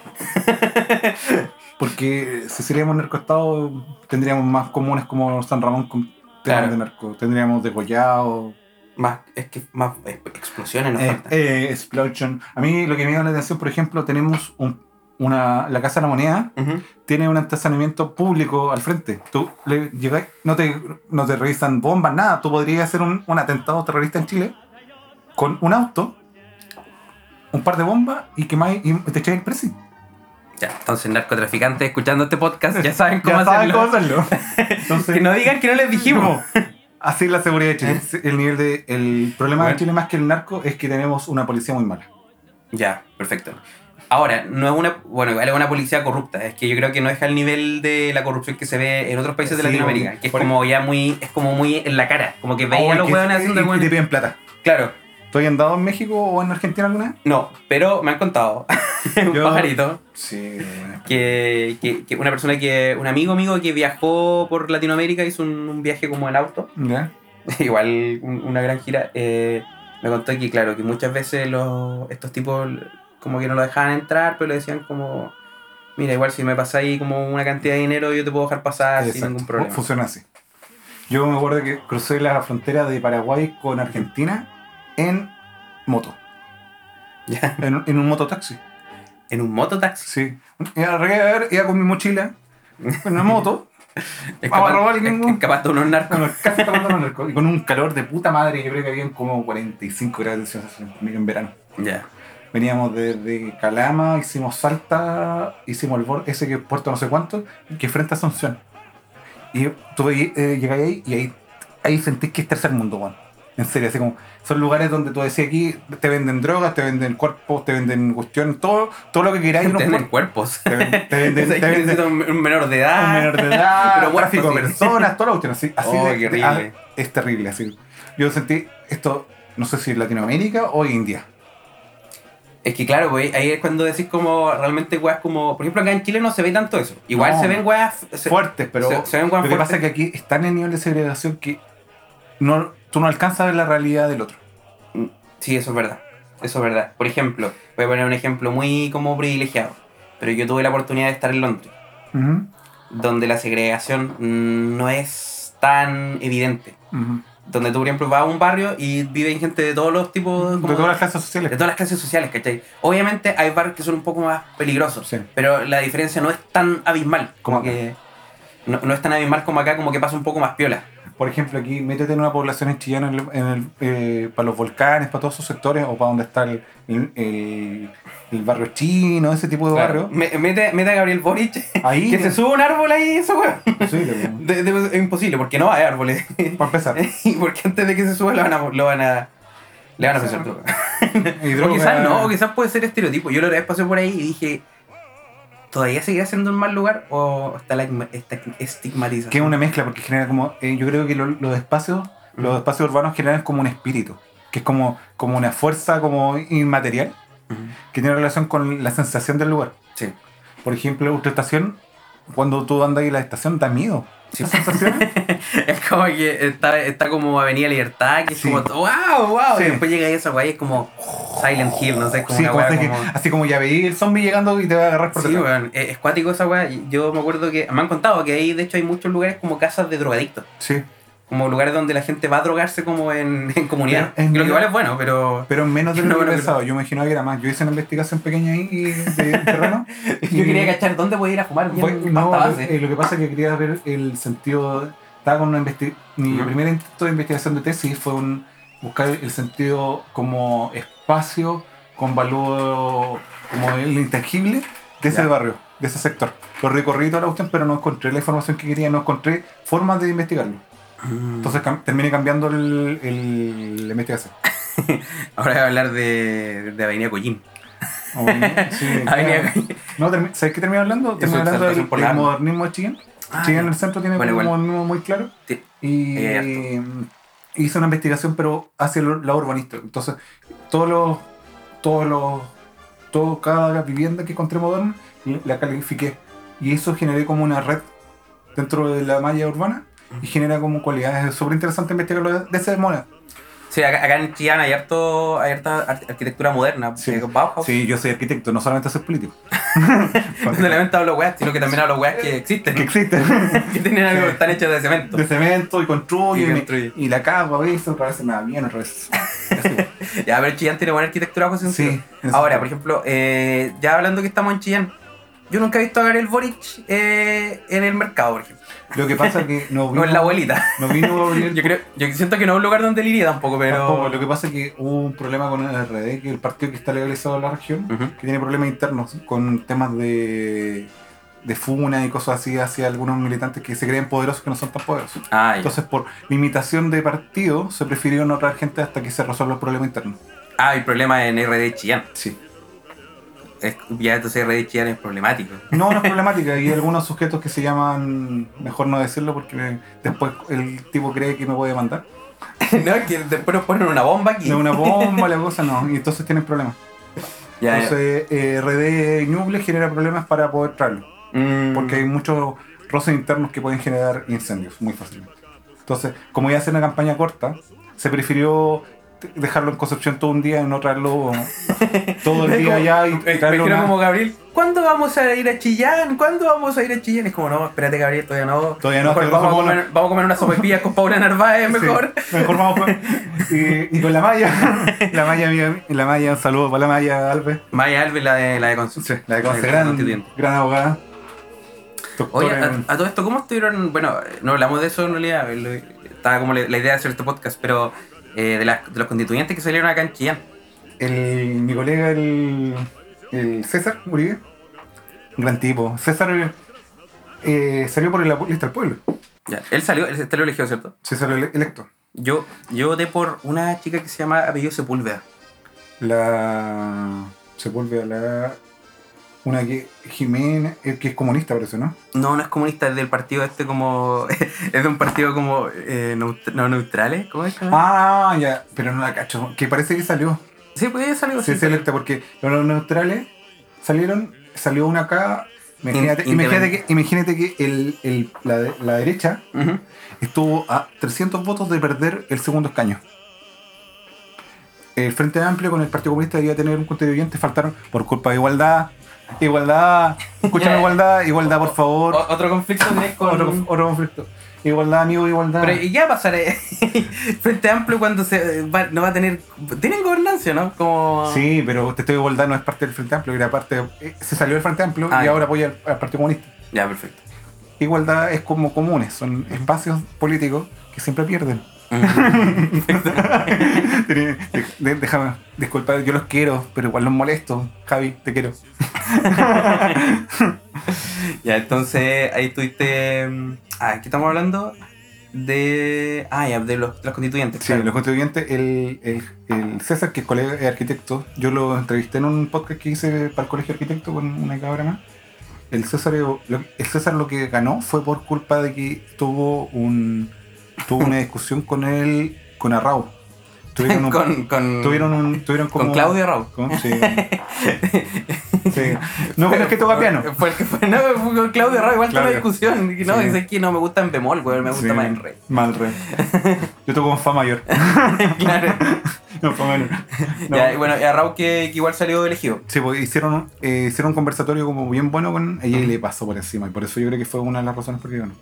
S2: Porque si seríamos narcoestado, tendríamos más comunes como San Ramón con temas
S1: Claro.
S2: de narco. Tendríamos degollado,
S1: más, es que más eh, explosiones nos
S2: Eh,
S1: faltan.
S2: eh, explosion. A mí lo que me llama la atención, por ejemplo, tenemos un- una, la Casa de la Moneda
S1: Ujú.
S2: tiene un estacionamiento público al frente. Tú le llegas, no te, no te revisan bombas, nada. Tú podrías hacer un, un atentado terrorista en Chile con un auto, un par de bombas y quemáis y te echáis el precio.
S1: Ya, entonces, narcotraficantes escuchando este podcast, ya saben cómo
S2: Ya saben
S1: hacerlo.
S2: cómo hacerlo.
S1: [LAUGHS]
S2: Entonces,
S1: Que no digan que no les dijimos. Eh.
S2: así es la seguridad de Chile. El, nivel de, el problema
S1: Bueno.
S2: de Chile más que el narco es que tenemos una policía muy mala.
S1: Ya, perfecto. Ahora, no es una, bueno, igual es una policía corrupta, es que yo creo que no deja el nivel de la corrupción que se ve en otros países de
S2: Sí,
S1: Latinoamérica,
S2: porque-
S1: que es
S2: porque-
S1: como ya muy, es como muy en la cara, como que veía a los
S2: Ay, Oh, que-
S1: huevones haciendo
S2: y- y
S1: hueón-
S2: te piden plata.
S1: Claro,
S2: ¿Tú habías andado en México o en Argentina alguna vez?
S1: no, pero me han contado, [LAUGHS] un
S2: Yo-
S1: pajarito,
S2: Sí,
S1: que, que- que una persona que, un amigo amigo que viajó por Latinoamérica, hizo un, un viaje como en auto,
S2: ¿Ya?
S1: [LAUGHS] igual un- una gran gira, eh, me contó que claro, que muchas veces los, estos tipos como que no lo dejaban entrar, pero le decían como, mira, igual si me pasáis como una cantidad de dinero yo te puedo dejar pasar sin
S2: Exacto.
S1: ningún problema.
S2: Funciona así. Yo me acuerdo que crucé la frontera de Paraguay con Argentina en moto.
S1: Ya.
S2: En, un- en un mototaxi.
S1: En un
S2: [LAUGHS]
S1: mototaxi.
S2: Sí. Y al revés, iba con mi mochila en una moto. Vamos a
S1: Escapando,
S2: Ah, robar ningún-
S1: escapando unos narcos.
S2: con los- casi tomando con alcohol, y con un calor de puta madre. Yo creo que habían como 45 grados de Celsius en verano. [LAUGHS]
S1: Ya.
S2: Veníamos desde Calama, hicimos Salta, hicimos el borde ese que es puerto no sé cuánto, que es frente a Asunción. Y tú veí- eh, llegáis ahí y ahí, ahí sentís que es tercer mundo, weón. En serio, así como, son lugares donde tú decís aquí, te venden drogas, te venden cuerpos, te venden cuestiones, todo, todo lo que queráis. en un
S1: Tienen
S2: puerto. [LAUGHS]
S1: cuerpos. [LAUGHS]
S2: Te, ven- te
S1: Te
S2: venden, te venden
S1: un un menor de edad.
S2: un
S1: [LAUGHS]
S2: menor de edad,
S1: Pero muerto,
S2: tráfico de
S1: sí.
S2: personas, toda la cuestión. Así, así
S1: Oh,
S2: de-
S1: qué
S2: de- ah,
S1: horrible.
S2: es terrible, así. Yo sentí esto, no sé si en Latinoamérica o India.
S1: Es que claro, güey, ahí es cuando decís como realmente weas como. Por ejemplo, acá en Chile no se ve tanto eso. Igual
S2: No.
S1: se ven weas. se-
S2: fuertes, pero
S1: se- se ven
S2: lo
S1: guan
S2: que
S1: fuertes.
S2: pasa es que aquí están en nivel de segregación que no, tú no alcanzas a ver la realidad del otro.
S1: Sí, eso es verdad. Eso es verdad. Por ejemplo, voy a poner un ejemplo muy como privilegiado. Pero yo tuve la oportunidad de estar en Londres, donde la segregación mm, no es tan evidente. Donde tú, por ejemplo, vas a un barrio y viven gente de todos los tipos. como-
S2: De todas las clases
S1: de
S2: sociales.
S1: todas las clases sociales, ¿cachai? Obviamente hay barrios que son un poco más peligrosos,
S2: Sí.
S1: pero la diferencia no es tan abismal. Como
S2: Como acá.
S1: que. No, no es tan abismal como acá, como que pasa un poco más piola.
S2: Por ejemplo, aquí métete en una población en Chillán en el- en el, eh, para los volcanes, para todos esos sectores, o para donde está el, el- el- el barrio chino, ese tipo de
S1: Claro.
S2: barrio.
S1: Me- Mete, mete a Gabriel Boric,
S2: Ahí
S1: [LAUGHS] que se
S2: [LAUGHS]
S1: sube a un árbol ahí, eso, weón.
S2: imposible, weón.
S1: De- de- es imposible, porque no hay árboles. [LAUGHS]
S2: para empezar.
S1: Y porque antes de que se suba lo van a. Lo van a le van a ofrecer droga.
S2: Y
S1: O
S2: droga-
S1: quizás no, o quizás puede ser estereotipo. Yo la otra vez pasé por ahí y dije. ¿Todavía seguirá siendo un mal lugar o está la estigma- esta- estigmatización?
S2: Que es una mezcla, porque genera como. eh, yo creo que lo- los espacios, los espacios urbanos generan como un espíritu, que es como, como una fuerza como inmaterial,
S1: Ujú.
S2: que tiene relación con la sensación del lugar.
S1: Sí.
S2: Por ejemplo, otra estación, cuando tú andas ahí en la estación, da miedo.
S1: Sí.
S2: Esa sensación,
S1: [LAUGHS] Es como que está, está como Avenida Libertad, que es
S2: Sí.
S1: como wow, wow. Y
S2: Sí.
S1: después llega esa guay, es como Silent Hill, no sé, es como
S2: sí,
S1: una
S2: como
S1: guay
S2: así, que-
S1: como.
S2: así como ya veí el zombie llegando y te va a agarrar [LAUGHS] por
S1: Sí,
S2: detrás.
S1: weón, es, es cuático esa guay. Yo me acuerdo que me han contado que ahí, de hecho, hay muchos lugares como casas de drogadictos,
S2: Sí,
S1: como lugares donde la gente va a drogarse como en, [LAUGHS] en comunidad.
S2: Pero es
S1: Y lo que
S2: medio-
S1: vale es bueno,
S2: [LAUGHS]
S1: pero.
S2: pero menos de
S1: [LAUGHS]
S2: lo
S1: No,
S2: que
S1: bueno,
S2: pensaba. Yo me imaginaba que era más. Yo hice una investigación pequeña ahí y-
S1: [LAUGHS]
S2: de terreno.
S1: Yo
S2: y-
S1: quería cachar dónde voy a ir a fumar.
S2: Voy-
S1: bien,
S2: no,
S1: basta
S2: eh,
S1: base.
S2: lo que pasa es que quería ver el sentido. Estaba con una investi- Mi
S1: Ujú.
S2: primer intento de investigación de tesis fue un, buscar el sentido como espacio con valor, como el intangible de ese
S1: Ya.
S2: barrio, de ese sector. Lo recorrí toda la cuestión, pero no encontré la información que quería, no encontré formas de investigarlo. Entonces cam- terminé cambiando el, el-
S1: [LAUGHS]
S2: la investigación.
S1: Ahora voy a hablar de, de Avenida
S2: [LAUGHS]
S1: Collín.
S2: Sí,
S1: Avenida
S2: claro.
S1: Collín.
S2: No, termi- ¿Sabes qué terminé hablando?
S1: Es
S2: Terminé
S1: una
S2: hablando del,
S1: exaltación por
S2: del
S1: la-
S2: modernismo de Chillán. Chillán Ah, en el centro tiene
S1: Ah, Bueno,
S2: como
S1: igual.
S2: un modernismo muy claro.
S1: Sí.
S2: Y
S1: Es
S2: hice una investigación, pero hacia el lado urbanista. Entonces, todos los. Todos los. Todo, cada vivienda que encontré moderna,
S1: ¿Mm?
S2: la califiqué. Y eso generé como una red
S1: ¿Mm?
S2: dentro de la malla urbana y genera como cualidades. Es súper interesante investigarlo de esa manera.
S1: Sí, acá, acá en Chillán hay, harto, hay harta ar- arquitectura moderna.
S2: Sí.
S1: porque Bauhaus. [LAUGHS]
S2: Sí, yo soy arquitecto, no solamente soy político. [LAUGHS]
S1: No solamente hablo weas, sino que también hablo weas que existen.
S2: que existen.
S1: [LAUGHS] que tienen algo,
S2: Sí.
S1: están hechas de cemento.
S2: De cemento y construye.
S1: Y
S2: Y,
S1: construye.
S2: y la cago a veces, otra vez me da bien,
S1: [LAUGHS]
S2: otra vez. Así.
S1: Ya, a ver, Chillán tiene buena arquitectura, José.
S2: Sí,
S1: Antonio.
S2: exacto.
S1: Ahora, por ejemplo, eh, ya hablando que estamos en Chillán, yo nunca he visto a Gabriel Boric eh, en el mercado, por ejemplo.
S2: Lo que pasa es que
S1: [LAUGHS]
S2: no
S1: No
S2: vino,
S1: en la abuelita.
S2: no vino Gabriel
S1: [LAUGHS] Yo creo, yo siento que no es un lugar donde él iría tampoco, pero.
S2: Tampoco, Lo que pasa es que hubo un problema con el RD, que el partido que está legalizado en la región,
S1: Ujú.
S2: que tiene problemas internos con temas de, de funa y cosas así hacia algunos militantes que se creen poderosos que no son tan poderosos.
S1: Ah, ya.
S2: Entonces, por limitación de partido, se prefirió no traer gente hasta que se resuelva el problema interno.
S1: Ah, el problema en RD Chillán.
S2: Sí.
S1: Es- ya entonces RD Chillán es problemático. [LAUGHS]
S2: No, no es problemática. y hay algunos sujetos que se llaman, mejor no decirlo porque me- después el tipo cree que me puede mandar.
S1: no, es que después nos ponen una bomba aquí. [LAUGHS]
S2: De una bomba, la cosa, no. Y entonces tienen problemas.
S1: Ya, ya.
S2: Entonces, eh, RD Ñuble genera problemas para poder traerlo.
S1: Mm,
S2: porque hay muchos roces internos que pueden generar incendios muy fácilmente. Entonces, como ya hace una campaña corta, se prefirió t- dejarlo en Concepción todo un día y
S1: [LAUGHS]
S2: no traerlo todo el día allá y
S1: me imagino
S2: traerlo una-
S1: eh, como Gabriel, ¿cuándo vamos a ir a Chillán? ¿Cuándo vamos a ir a Chillán? Es como, no, espérate Gabriel, todavía no.
S2: Todavía no,
S1: Mejor vamos,
S2: todavía no
S1: a
S2: somos
S1: comer, vamos a comer unas sopepillas con Paula Narváez
S2: Sí,
S1: mejor.
S2: mejor vamos pues. y, y con
S1: [LAUGHS]
S2: la malla, la malla, amiga- la malla, un saludo para la malla Alves,
S1: Maya Alves, la de, la de
S2: Sí,
S1: Concepción.
S2: la de Conce,
S1: Constituyente.
S2: gran, gran abogada.
S1: Oye,
S2: Doctora
S1: a,
S2: en-
S1: a todo esto, ¿cómo estuvieron? Bueno, eh, no hablamos de eso en realidad, eh, lo- estaba como la, la idea de hacer este podcast, pero eh, de, las- de los constituyentes que salieron acá en Chillán.
S2: el, mi colega, el, el César Uribe, un gran tipo. César eh, salió por la lista del pueblo,
S1: Ya, Él salió, él este lo eligió, ¿cierto?
S2: César ele- electo.
S1: Yo, yo voté por una chica que se llama apellido Sepúlveda.
S2: La. Se vuelve a la. Una que. Jimena, eh, que es comunista, parece, ¿no?
S1: No, no es comunista, es del partido este como... [LAUGHS] es de un partido como... eh, neut- no, neutrales, ¿cómo es?
S2: Ah, ya, pero no la cacho. Que parece que salió.
S1: Sí, pues salió
S2: Sí,
S1: así.
S2: es electa, porque los neutrales salieron. Salió una acá. Imagínate,
S1: In-
S2: imagínate que, imagínate que el, el- la, de- la derecha
S1: Ujú.
S2: estuvo a 300 votos de perder el segundo escaño. El Frente Amplio con el Partido Comunista debía tener un contribuyente, faltaron por culpa de igualdad. Igualdad, escúchame
S1: Ya. Oh,
S2: igualdad, igualdad por favor.
S1: O- otro conflicto tenés con...
S2: Otro, otro conflicto. Igualdad, amigo, igualdad.
S1: Pero ¿y qué va a pasar eh? [LAUGHS] Frente Amplio cuando se va- no va a tener... Tienen gobernancia, ¿no? Como...
S2: Sí, pero te estoy igualdad no es parte del Frente Amplio, era parte eh, se salió del Frente Amplio
S1: Ah,
S2: y
S1: ya.
S2: ahora apoya al, al Partido Comunista.
S1: Ya, perfecto.
S2: Igualdad es como comunes, son espacios políticos que siempre pierden. [LAUGHS] De- de- Déjame, disculpa, yo los quiero, pero igual los molesto. Javi, te quiero.
S1: ya, entonces ahí tuviste... mm, Ah, ¿qué estamos hablando? De... Ah, ya, de los, de los constituyentes.
S2: Sí,
S1: claro.
S2: los constituyentes, el, el- el César, que es colega es arquitecto, yo lo entrevisté en un podcast que hice para el colegio de arquitecto con una cabra más. El César, eh, lo, el César lo que ganó fue por culpa de que tuvo un tuvo una discusión con él, con Arrau. Tuvieron
S1: [LAUGHS]
S2: un,
S1: con, con,
S2: tuvieron un- tuvieron como-
S1: con Claudio Raúl.
S2: con-
S1: [LAUGHS]
S2: sí. Sí. No, pero es que toca piano.
S1: Fue el que fue, no, fue con Claudio Raúl, igual está la
S2: Claudio.
S1: discusión. Y No,
S2: Sí.
S1: dice que no me gusta en bemol, güey, me gusta
S2: Sí,
S1: más en
S2: [LAUGHS]
S1: re.
S2: Mal re. Yo toco en fa mayor. [LAUGHS]
S1: claro.
S2: No, fa menor. No.
S1: Ya, y bueno, y a Raúl que, que igual salió elegido.
S2: Sí, pues hicieron, eh, hicieron un conversatorio como bien bueno con ella y le pasó por encima. Y por eso yo creo que fue una de las razones por qué ganó.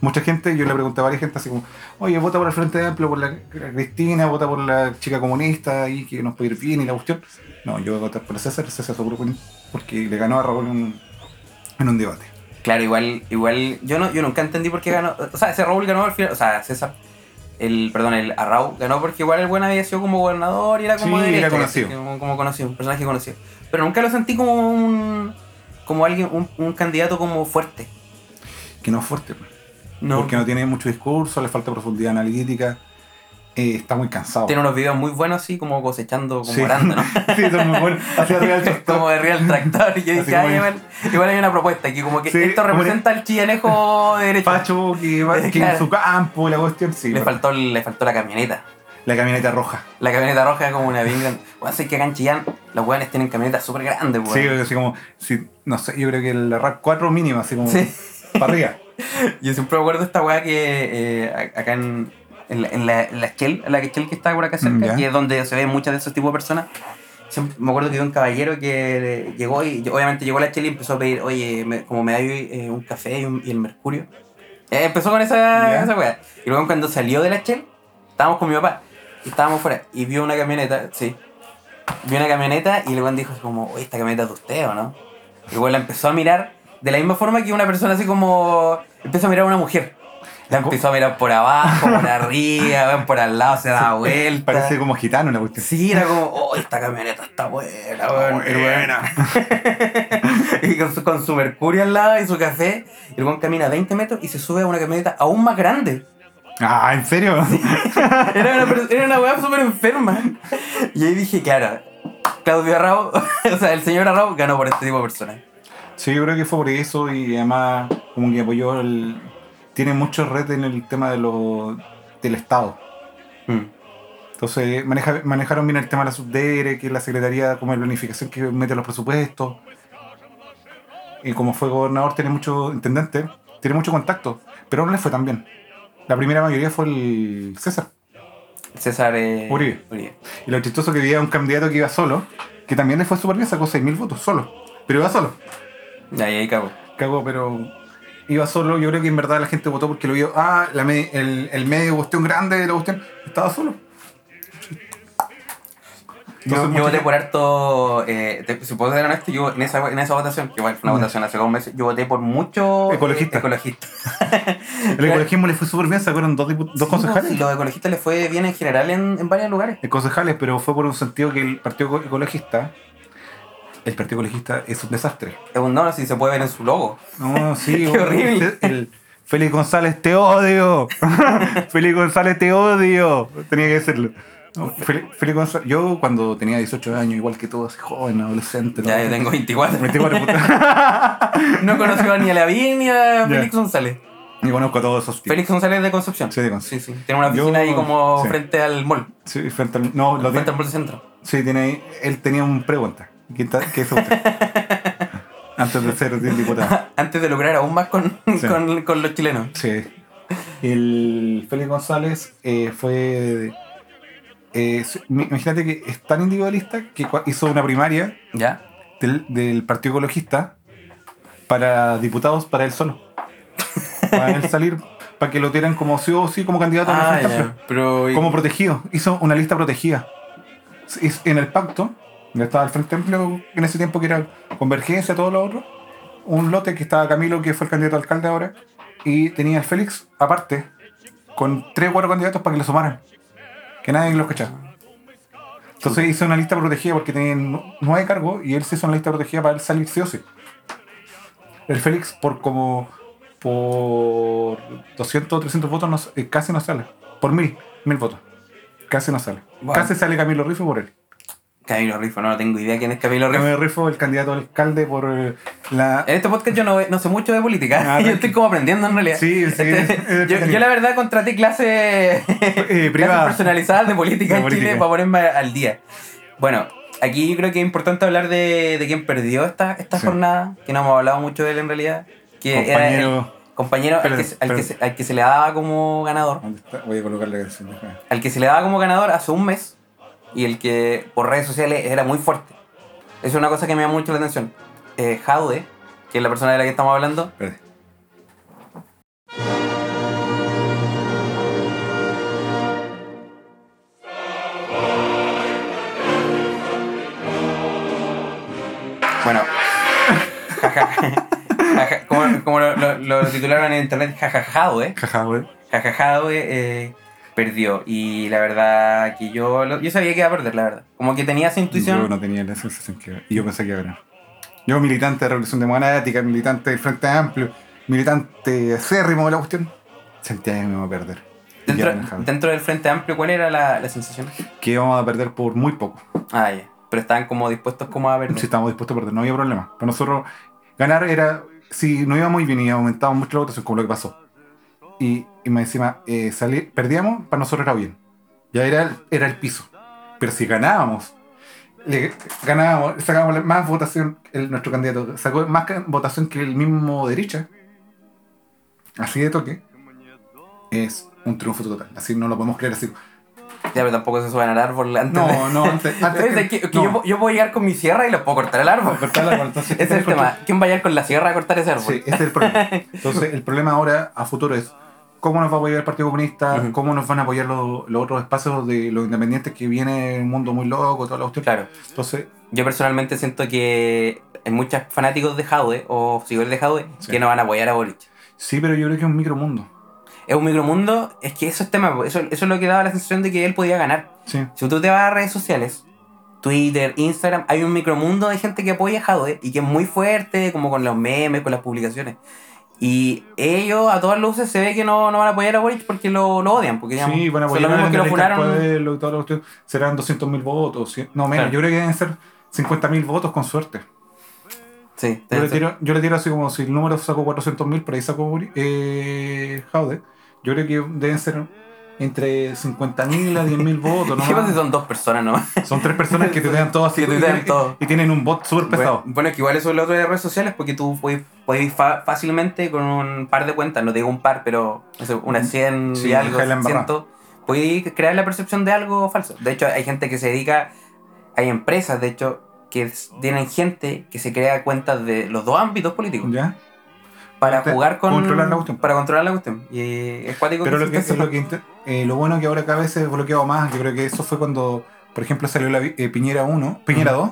S2: Mucha gente, yo le pregunté a varias gente así como, oye, vota por el Frente Amplio, por la Cristina, vota por la chica comunista y que nos puede ir bien y la cuestión. No, yo voy a votar por César, César seguro que- porque le ganó a Raúl en, en un debate.
S1: Claro, igual, igual, yo no, yo nunca entendí por qué ganó. O sea, ese Raúl ganó al final, o sea, César, el, perdón, el a Raúl ganó porque igual el buen había sido como gobernador y era como
S2: Sí,
S1: de
S2: era
S1: derecha,
S2: conocido.
S1: ¿cachai? Como, como conocido, un personaje conocido. Pero nunca lo sentí como un como alguien, un, un candidato como fuerte.
S2: Que no es fuerte, pues,
S1: No.
S2: porque no tiene mucho discurso, le falta profundidad analítica, eh, está muy cansado.
S1: Tiene unos videos muy buenos así, como cosechando, como
S2: Sí.
S1: orando,
S2: [LAUGHS]
S1: ¿no?
S2: sí, son muy buenos. Hacia
S1: [LAUGHS]
S2: arriba del
S1: Es
S2: sector.
S1: como de Real Tractor. Y yo
S2: Así
S1: dije, ah,
S2: como-
S1: igual, igual hay una propuesta que como que
S2: Sí,
S1: esto
S2: como
S1: representa al chillanejo de derecho.
S2: Pacho
S1: [LAUGHS]
S2: que, va- que en su campo, la cuestión, sí.
S1: le,
S2: va-
S1: faltó, le faltó la camioneta.
S2: La camioneta roja.
S1: La camioneta roja es como una bien grande. Bueno, sé que acá en Chillán los hueones tienen camionetas súper grandes,
S2: Sí,
S1: weón.
S2: así como, sí, no sé, yo creo que la RAP 4 mínima, así como
S1: Sí.
S2: para arriba.
S1: Yo siempre me acuerdo de esta weá que eh, a- acá en, en la, en la, en la Shell, en la Shell que está por acá cerca,
S2: Ya.
S1: que es donde se ven muchas de esos tipos de personas. Siempre- me acuerdo que había un caballero que eh, llegó y obviamente llegó a la Shell y empezó a pedir, oye, me- como me da eh, un café y, un- y el mercurio. Eh, empezó con esa,
S2: Ya.
S1: esa weá. Y luego cuando salió de la Shell, estábamos con mi papá. Y estábamos fuera. Y vio una camioneta, sí. Vio una camioneta y el weón dijo así como, oye, esta camioneta es de usted, ¿o no? Y el weón la empezó a mirar de la misma forma que una persona así como empezó a mirar a una mujer. La empezó a mirar por abajo, por arriba, weón, por al lado, se da vuelta.
S2: Parece como gitano la cuestión.
S1: Sí, era como, oh, esta camioneta está buena, weón. El weón- [LAUGHS] y con su, con su mercurio al lado y su café. Y el weón camina 20 metros y se sube a una camioneta aún más grande.
S2: Ah, ¿en serio?
S1: Era una, per- era una weá súper enferma. Y ahí dije, claro, Claudio Arrao, [LAUGHS] o sea, el señor Arrao ganó por este tipo de personas.
S2: Sí, yo creo que fue por eso y además como que apoyó el... Tiene mucho red en el tema de lo... del Estado.
S1: Mm.
S2: Entonces maneja- manejaron bien el tema de la subdere, que es la Secretaría como de Planificación que mete los presupuestos. Y como fue gobernador tiene mucho intendente, tiene mucho contacto, pero no le fue tan bien. La primera mayoría fue el César.
S1: César eh,
S2: Uribe. Y lo chistoso que había un candidato que iba solo, que también le fue súper bien, sacó 6.000 votos solo. Pero iba solo.
S1: Y Ahí, ahí cago.
S2: Cagó, pero iba solo. Yo creo que en verdad la gente votó porque lo vio. Ah, la me- el, el medio cuestión grande de la cuestión estaba solo.
S1: Yo,
S2: Entonces,
S1: yo voté
S2: mucha-
S1: por harto, eh, te- si puedo ser honesto, yo en esa, en esa votación, que igual fue una
S2: Mm.
S1: votación hace dos meses, yo voté por mucho
S2: Ecologista.
S1: Hmm. ecologista.
S2: El ecologismo le fue súper bien, sacaron dos, dipu- dos concejales.
S1: Sí, los ecologistas les fue bien en general en, en varios lugares.
S2: Eh, concejales, pero fue por un sentido que el Partido Eco- Ecologista. El Partido Ecologista es un desastre.
S1: Es un no, si se puede ver en su logo. [LAUGHS]
S2: No, sí,
S1: Qué
S2: bueno,
S1: horrible.
S2: usted- el- Félix González, te odio. [LAUGHS] Félix González, te odio. Tenía que decirlo. No, Félix- Félix González- yo cuando tenía 18 años, igual que tú, así joven, adolescente.
S1: Ya
S2: ¿no?
S1: yo tengo 24.
S2: 24
S1: [LAUGHS]
S2: puta.
S1: No conozco ni a Lavín ni a
S2: Ya.
S1: Félix González.
S2: Y conozco a todos esos tipos.
S1: Félix González de Concepción.
S2: Sí, de Concepción.
S1: Sí, sí. Tiene una oficina
S2: Yo-
S1: ahí como
S2: sí.
S1: frente al mall.
S2: Sí, frente al- no, lo
S1: frente
S2: tiene-
S1: al mall centro.
S2: sí, tiene, él tenía un pregunta. ¿Qué, ta- qué
S1: [LAUGHS]
S2: es usted? Antes de ser diputado.
S1: Antes de lograr aún más con,
S2: Sí.
S1: con, con los chilenos.
S2: Sí. El Félix González eh, fue. eh, su- mi- imagínate que es tan individualista que cua- hizo una primaria
S1: ¿Ya?
S2: del, del Partido Ecologista para diputados para él solo. Para él salir, para que lo tuvieran como sí o sí como candidato a
S1: Ah,
S2: representación. [LAUGHS]
S1: ya. Pero.
S2: Como protegido. Hizo una lista protegida. Se hizo- En el pacto, donde estaba el Frente Amplio, en ese tiempo que era Convergencia, todo lo otro, un lote que estaba Camilo, que fue el candidato a alcalde ahora, y tenía el Félix aparte, con tres o cuatro candidatos para que le sumaran. Que nadie los cachaba. Entonces hizo una lista protegida porque tenían nu- nueve cargos y él se hizo una lista protegida para él salir sí o sí. El Félix por como por 200 o 300 votos no s- eh, casi no sale. Por mil, mil votos. Casi no sale.
S1: Wow.
S2: Casi sale Camilo Rifo por él.
S1: Camilo Rifo, no, no tengo idea quién es Camilo Rifo.
S2: Camilo Rifo, el candidato a alcalde por eh, la...
S1: En este podcast yo no, no sé mucho de política. [LAUGHS]
S2: Ah,
S1: yo estoy
S2: tranqui.
S1: como aprendiendo en realidad. [LAUGHS]
S2: Sí, sí, es- es
S1: eh, este,
S2: Eh,
S1: yo,
S2: entretenido.
S1: yo la verdad contraté
S2: [LAUGHS]
S1: clases clases
S2: privada.
S1: personalizadas de política
S2: De
S1: en Chile
S2: política.
S1: para ponerme al día. Bueno, aquí yo creo que es importante hablar de, de quién perdió esta, esta
S2: Sí.
S1: jornada, que no hemos hablado mucho de él en realidad. Que eh, era
S2: Compañero-
S1: el compañero al
S2: Espérate,
S1: que, se- al, que se,
S2: espérate.
S1: al que se le daba como ganador.
S2: ¿Dónde está? Voy a colocar la canción. déjame.
S1: Al que se le daba como ganador hace un mes y el que por redes sociales era muy fuerte. Es una cosa que me llama mucho la atención. Eh, Jaude, que es la persona de la que estamos hablando,
S2: Espérate.
S1: Bueno. [LAUGHS] Jajaja. Jaja- como como lo, lo- lo titularon en internet, jajajado, ¿eh?
S2: Jaja, güey.
S1: Jajajado, eh, eh, perdió. Y la verdad que yo, lo- yo sabía que iba a perder, la verdad. Como que tenía esa intuición.
S2: Yo no tenía la sensación que Y yo pensé que iba a ganar. Yo, militante de Revolución Democrática, militante del Frente Amplio, militante acérrimo de la cuestión, sentía que me iba a perder. Y ya
S1: dentro,
S2: ganaba.
S1: dentro del Frente Amplio, ¿cuál era la, la sensación?
S2: Que íbamos a perder por muy poco.
S1: Ah, ya. Pero estaban como dispuestos como a perder.
S2: Si estábamos dispuestos a perder, no había problema. Para nosotros, ganar era. Si no iba muy bien y aumentaba mucho la votación, como lo que pasó. Y, y más encima, eh, salir, perdíamos, para nosotros era bien. Ya era, el- era el piso. Pero si ganábamos, le, ganábamos, sacábamos más votación, el- nuestro candidato sacó más ca- votación que el mismo derecha. Así de toque. Es un triunfo total. Así no lo podemos
S1: [LAUGHS]
S2: creer así.
S1: Ya, pero tampoco se suben al árbol antes. de-
S2: No, no, antes, antes
S1: Es de que, que
S2: no,
S1: yo, yo puedo llegar con mi sierra y lo puedo cortar el
S2: [LAUGHS]
S1: árbol. [LAUGHS]
S2: cortar la- entonces,
S1: Ese es el tema. ¿Quién va a llegar con la sierra a cortar ese árbol?
S2: Sí, ese es el
S1: [LAUGHS]
S2: problema. Entonces, el problema ahora, a futuro, es cómo nos va a apoyar el Partido Comunista,
S1: Ujú.
S2: cómo nos van a apoyar los, los otros espacios de los independientes que viene un mundo muy loco, toda la cuestión.
S1: Claro.
S2: Entonces,
S1: Yo personalmente siento que hay muchos fanáticos de Jadwe o seguidores de Jadwe
S2: Sí.
S1: que no van a apoyar a Boric.
S2: sí, pero yo creo que es un micromundo.
S1: Es un micromundo, es que eso es tema, po. eso, eso es lo que daba la sensación de que él podía ganar.
S2: Sí.
S1: Si tú te vas a redes sociales, Twitter, Instagram, hay un micromundo de gente que apoya a Jadwe y que es muy fuerte, como con los memes, con las publicaciones. Y ellos a todas luces se ve que no, no van a apoyar a Boric porque lo, lo odian, porque digamos,
S2: sí, van a
S1: son
S2: apoyar
S1: los mismos que lo
S2: a la
S1: funaron.
S2: pueblo y toda la cuestión. Serán 200.000 votos. cien- No, menos.
S1: Claro.
S2: Yo creo que deben ser 50.000 votos con suerte.
S1: Sí,
S2: Yo le,
S1: entonces-
S2: tiro, yo le tiro así como si el número sacó 400.000, por ahí sacó Buri- eh, Jaude. Yo creo que deben ser entre 50.000 a 10.000 votos. ¿no?
S1: [LAUGHS] [LAUGHS] ¿Qué pasa si son dos personas nomás?
S2: Son tres personas que te dan todo así.
S1: Que tuitean
S2: tienen-
S1: todo.
S2: y tienen un bot súper pesado.
S1: Bueno, bueno, es que igual eso es lo otro de redes sociales porque tú puedes, puedes ir fa- fácilmente con un par de cuentas, no te digo un par, pero no sé, unas 100
S2: Mm, Sí,
S1: y algo,
S2: dejarla embarrada.
S1: 100, puedes crear la percepción de algo falso. De hecho, hay gente que se dedica, hay empresas, de hecho, que s- tienen gente que se crea cuentas de los dos ámbitos políticos
S2: ¿ya?
S1: para
S2: Te-
S1: jugar con...
S2: controlar la cuestión.
S1: Para controlar la cuestión. Y eh, es cuático
S2: Pero lo, que,
S1: existe
S2: es lo,
S1: eso.
S2: que inte- eh, lo bueno que ahora cada vez se bloqueado más, yo creo que eso fue cuando, por ejemplo, salió la vi- eh, Piñera 1, Piñera 2,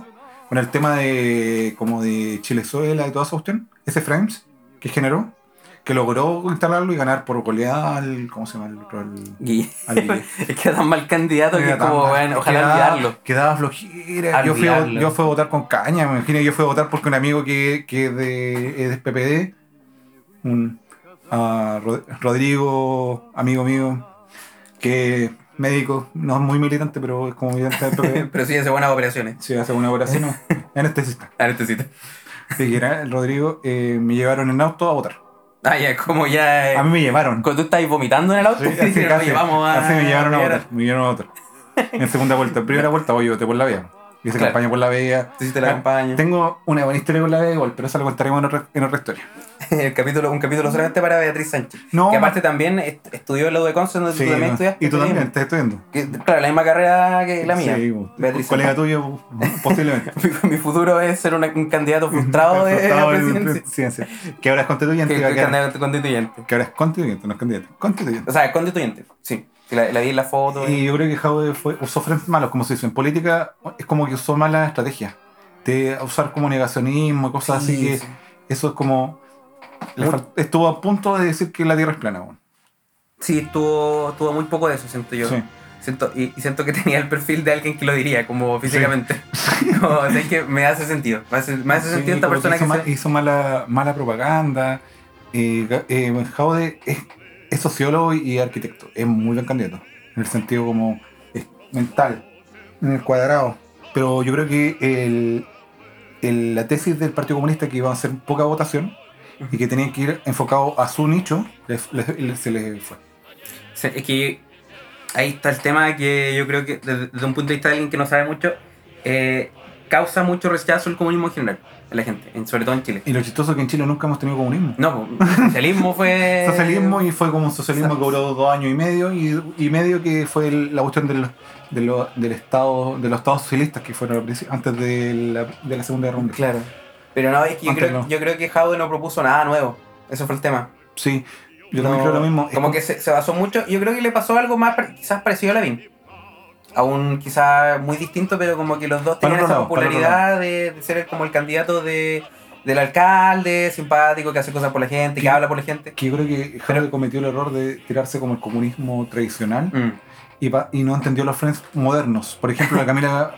S2: con el tema de como de Chilezuela y toda esa cuestión, ese frames que generó, que logró instalarlo y ganar por goleada al, ¿cómo se llama? El otro, al-
S1: [LAUGHS] Y-
S2: al Guille.
S1: es que era tan mal candidato que es
S2: Era tan
S1: como,
S2: mal-
S1: bueno, ojalá
S2: quedaba-
S1: olvidarlo. [LAUGHS]
S2: Quedaba flojera. Yo fui, a,
S1: Olvidarlo.
S2: yo fui a votar con caña, me imagino. Yo fui a votar porque un amigo que, que es de, es de PPD, un ah, Rod- Rodrigo, amigo mío, que médico, no es muy militante, pero es como militante
S1: [LAUGHS]
S2: del PPD.
S1: Pero sí, hace buenas operaciones. Ah, este
S2: Sí, hace una operación, no, anestesista.
S1: Anestesista.
S2: Sí, que era el Rodrigo, eh, me llevaron en auto a votar.
S1: Ah, ya, como ya... eh,
S2: A mí
S1: [LAUGHS]
S2: me llevaron.
S1: Cuando tú estás vomitando en el auto, [LAUGHS]
S2: Sí,
S1: te
S2: así,
S1: dicen,
S2: casi,
S1: "Oye, vamos a.
S2: así me llevaron a
S1: ver".
S2: votar. Me llevaron a votar. En segunda vuelta. En primera vuelta, hoy voté por la vía. Hice
S1: Claro.
S2: campaña por la vía.
S1: Tú hiciste la
S2: Ah,
S1: campaña.
S2: Tengo una buena historia con la de gol, pero esa la contaremos en otra, en otra historia.
S1: [LAUGHS] El capítulo, un capítulo solamente para Beatriz Sánchez.
S2: Mm. No,
S1: que aparte también est- estudió lo de Conce, donde
S2: sí,
S1: tú también
S2: no.
S1: estudiaste.
S2: Y tú
S1: lo
S2: también,
S1: mismo.
S2: estás estudiando.
S1: Que, claro, la misma carrera que la mía.
S2: Sí, un
S1: Beatriz
S2: colega tuyo, posiblemente.
S1: [LAUGHS] Mi, mi futuro es ser una- un candidato frustrado de de la
S2: Estaba en
S1: presidencia.
S2: presidencia. Que ahora es constituyente.
S1: Que-
S2: y va a
S1: que
S2: quedar-
S1: candidato constituyente.
S2: que ahora es constituyente, no es candidato. Constituyente.
S1: O sea, constituyente, sí. Que La, la vi en la foto.
S2: Y yo creo que Jaude fue, usó frames malos, como se dice. En política es como que usó malas estrategias. De usar como negacionismo y cosas así
S1: Sí,
S2: que
S1: sí.
S2: eso es como... le
S1: Muy-
S2: fal- Estuvo a punto de decir que la Tierra es plana. weón.
S1: Sí, tuvo, tuvo muy poco de eso, siento yo.
S2: Sí.
S1: Siento, y, y siento que tenía el perfil de alguien que lo diría, como
S2: [LAUGHS]
S1: físicamente. Como, o sea, es que me hace sentido. Me hace, me hace
S2: Sí,
S1: sentido esta
S2: como
S1: persona
S2: hizo,
S1: que
S2: ma-
S1: se...
S2: hizo mala, mala propaganda. Eh, Ga- eh, bueno, Jaude es, es sociólogo y arquitecto. Es muy buen candidato. En el sentido como es mental, en el cuadrado. Pero yo creo que el, el- la tesis del Partido Comunista que iba a ser poca votación y que tenían que ir enfocado a su nicho, les- les- les- se les fue.
S1: se- Es que ahí está el tema que yo creo que desde, desde un punto de vista de alguien que no sabe mucho, eh, causa mucho rechazo el comunismo en general a la gente, en- sobre todo en Chile.
S2: Y lo chistoso es que en Chile nunca hemos tenido comunismo.
S1: No, po, el socialismo fue...
S2: [LAUGHS] socialismo y fue como un socialismo
S1: Eh, Exacto.
S2: que duró dos años y medio y, y medio que fue el- la cuestión del, de lo- del estado de los estados socialistas que fueron al principio- antes de la, de la segunda guerra mundial
S1: Claro. Pero no, es que yo
S2: Antes
S1: creo,
S2: no.
S1: yo creo que Jaude no propuso nada nuevo. Eso fue el tema.
S2: sí yo
S1: No,
S2: también creo lo mismo Es
S1: Como que se, se basó mucho. Yo creo que le pasó algo más pare- quizás parecido a Lavín. Aún quizás muy distinto, pero como que los dos
S2: Para
S1: tenían
S2: otro
S1: esa
S2: lado, para otro
S1: popularidad de, de ser como el candidato de, del alcalde, simpático, que hace cosas por la gente, que
S2: Sí.
S1: habla por la gente.
S2: que yo creo que Harold cometió el error de tirarse como el comunismo tradicional
S1: Mm.
S2: y, pa- y no entendió los frames modernos
S1: [LAUGHS]
S2: por ejemplo la Camila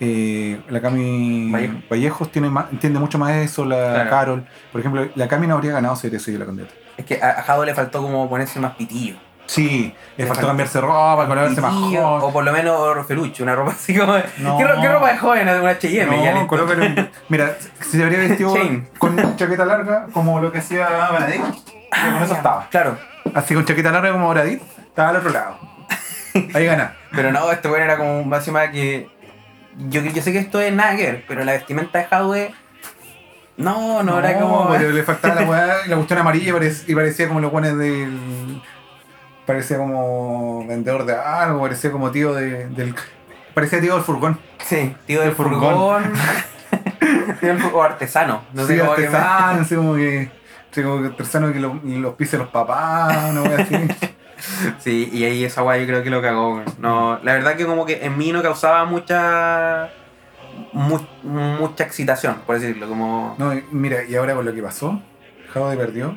S2: eh, la Cami
S1: Vallejo.
S2: Vallejos tiene más- entiende mucho más eso la
S1: Claro.
S2: Carol por ejemplo la Cami no habría ganado si hubiera sido la candidata
S1: Es que a, a Jado le faltó como ponerse más pitillo.
S2: sí le
S1: Le
S2: faltó
S1: faltó-
S2: cambiarse ropa colorarse más
S1: Pitillo,
S2: joven
S1: o por lo menos rofeluche, una ropa así como.
S2: No.
S1: ¿Qué, ro- qué ropa de joven? Una HM. ya
S2: No,
S1: listo.
S2: colócale un- Mira, si se habría vestido
S1: Chain.
S2: con chaqueta larga, como lo que hacía Baradit, que con eso estaba.
S1: Claro.
S2: Así con chaqueta larga como Baradit, estaba al otro lado. Ahí gana.
S1: Pero no, este weón era como un máxima que. Yo, yo sé que esto es nada que ver, pero la vestimenta de Hadwe. [LAUGHS] No, no, era como.
S2: pero le faltaba la, weá, la cuestión amarilla y parec- y parecía como los guanes del. Parecía como vendedor de algo, parecía como tío de, del. Parecía tío del furgón.
S1: Sí, tío del
S2: El furgón.
S1: furgón. [LAUGHS] tío del furgón, o artesano. No
S2: sí,
S1: sé cómo ah,
S2: artesano,
S1: artesano.
S2: así como que. así como que artesano que lo- los pise los papás, una wea así.
S1: [LAUGHS] Sí, y ahí esa guay yo creo que lo cagó. weón. No, la verdad que como que en mí no causaba mucha. mu- mucha excitación, por decirlo. Como.
S2: No, y mira, y ahora con lo que pasó, Jade perdió.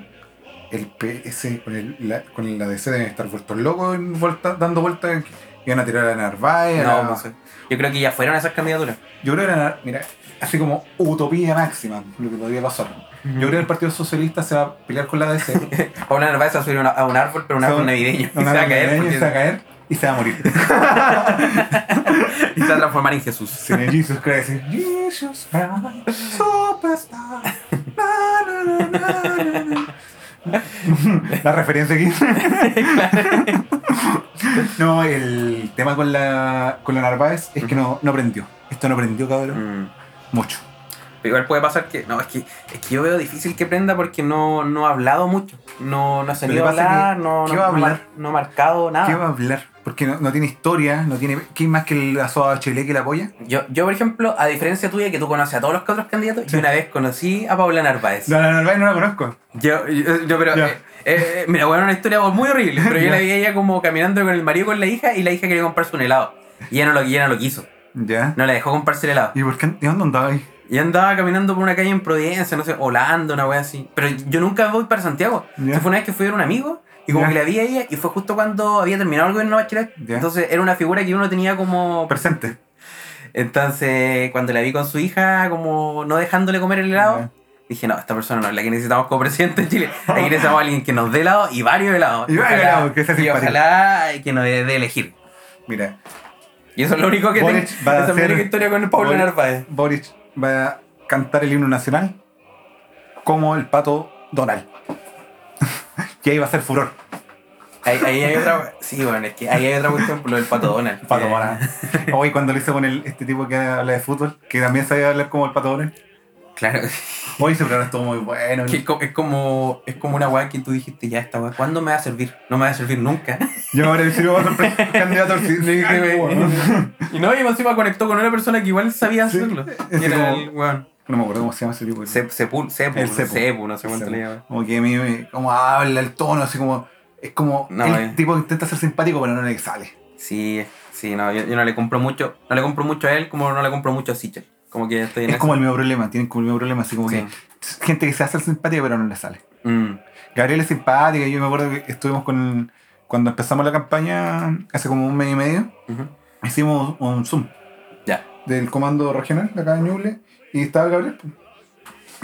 S2: El PS con, el- la, con la DC deben estar vueltos locos en vuelta- dando vueltas. Iban a tirar a Narváez. a
S1: No,
S2: la-
S1: no sé. Yo creo que ya fueron esas candidaturas.
S2: Yo creo que era, mira, así como utopía máxima lo que podría pasar. Yo creo que el Partido Socialista se va a pelear con la
S1: [LAUGHS]
S2: DC.
S1: Paula Narváez se va a subir a una- a un árbol, pero un
S2: Se va-
S1: árbol navideño. Y
S2: Una
S1: se va a caer
S2: navideña,
S1: porque-
S2: se va a caer y se va a morir.
S1: y se va a transformar en Jesús.
S2: Sin el Jesus Christ. Jesus Christ, superstar. Na, na, na, na, na, [LAUGHS] na. La referencia aquí. No, el tema con la, con la Narváez es que no, no prendió. Esto no prendió, cabrón.
S1: Mm.
S2: Mucho.
S1: Pero igual puede pasar que. No, es que, es que yo veo difícil que prenda porque no, no ha hablado mucho. No, no ha salido a
S2: pasa es que-
S1: hablar, no,
S2: ¿qué
S1: no,
S2: va a
S1: no
S2: hablar?
S1: mar- no ha marcado nada.
S2: ¿Qué va a hablar? Porque no, no tiene historia, no tiene. ¿Quién más que la soda Chile que la apoya?
S1: Yo, yo, por ejemplo, a diferencia tuya, que tú conoces a todos los otros candidatos, yo una vez conocí a Paula Narváez.
S2: No, la Narváez no la conozco.
S1: Yo, yo, yo, pero.
S2: Ya.
S1: eh, eh, mira, bueno, una historia muy horrible, pero yo
S2: Ya.
S1: la vi a ella como caminando con el marido y con la hija y la hija quería comprarse un helado. Y ella no lo, y ella no lo quiso.
S2: ¿Ya?
S1: No le dejó comprarse el helado.
S2: ¿Y por qué? ¿De dónde andaba ahí?
S1: Y andaba caminando por una calle en Providencia, no sé, Holanda, una wea así. Pero yo nunca voy para Santiago.
S2: Ya.
S1: Entonces fue una vez que fui a ver un amigo y como
S2: Ya.
S1: que la vi a ella y fue justo cuando había terminado el gobierno de Bachelet.
S2: Ya.
S1: Entonces era una figura que uno tenía como...
S2: Presente.
S1: Entonces cuando la vi con su hija como no dejándole comer el helado,
S2: Ya.
S1: dije, no, esta persona no es la que necesitamos como presidente de Chile. Aquí necesitamos a alguien que nos dé helado y varios helados.
S2: Y varios
S1: Ojalá-
S2: helados, que sea
S1: Y
S2: simpático.
S1: ojalá que nos dé de elegir.
S2: Mira,
S1: Y eso es lo único que tengo.
S2: Boric va a
S1: Esa es mi
S2: ser-
S1: única historia con el Pablo
S2: Boric-
S1: Narváez.
S2: Boric va a cantar el himno nacional como el pato Donald. [LAUGHS] y ahí va a ser furor.
S1: Ahí, ahí hay otra. Sí, bueno, es que ahí hay otra cuestión por lo del pato Donald.
S2: Pato
S1: Eh,
S2: Donald. Hoy cuando lo hizo con el, este tipo que habla de fútbol, que también sabía hablar como el pato Donald.
S1: Claro.
S2: Hoy se programa estuvo muy bueno.
S1: que es co- es como, es como una weá que tú dijiste, ya esta weá, ¿cuándo me va a servir? No me va a servir nunca. [LAUGHS]
S2: Yo ahora sí lo voy a sorprender candidato al
S1: Y que-
S2: cine.
S1: y no, y encima conectó con una persona que igual sabía
S2: Sí, [LAUGHS]
S1: hacerlo.
S2: es
S1: Y era
S2: como-
S1: el weón.
S2: No me acuerdo cómo se llama ese tipo.
S1: Se- Sepu, Sepu,
S2: El Sepu.
S1: Sepu, no sé cuánto le llama.
S2: Como que a mí me- como habla el tono, así como. Es como
S1: No,
S2: el
S1: eh.
S2: tipo que intenta ser simpático, pero no le sale.
S1: Sí, sí, no, yo, yo no le compro mucho, no le compro mucho a él como no le compro mucho a Sitcher. Como que estoy en
S2: Es
S1: esa-
S2: como el mismo problema, tienen como el mismo problema, así como
S1: Sí.
S2: que gente que se hace el simpático, pero no le sale.
S1: Mm,
S2: Gabriel es simpática, yo me acuerdo que estuvimos con. Cuando empezamos la campaña, hace como un mes y medio,
S1: ujú.
S2: hicimos un Zoom
S1: Ya.
S2: del comando regional de acá de Ñuble y estaba Gabriel. pues.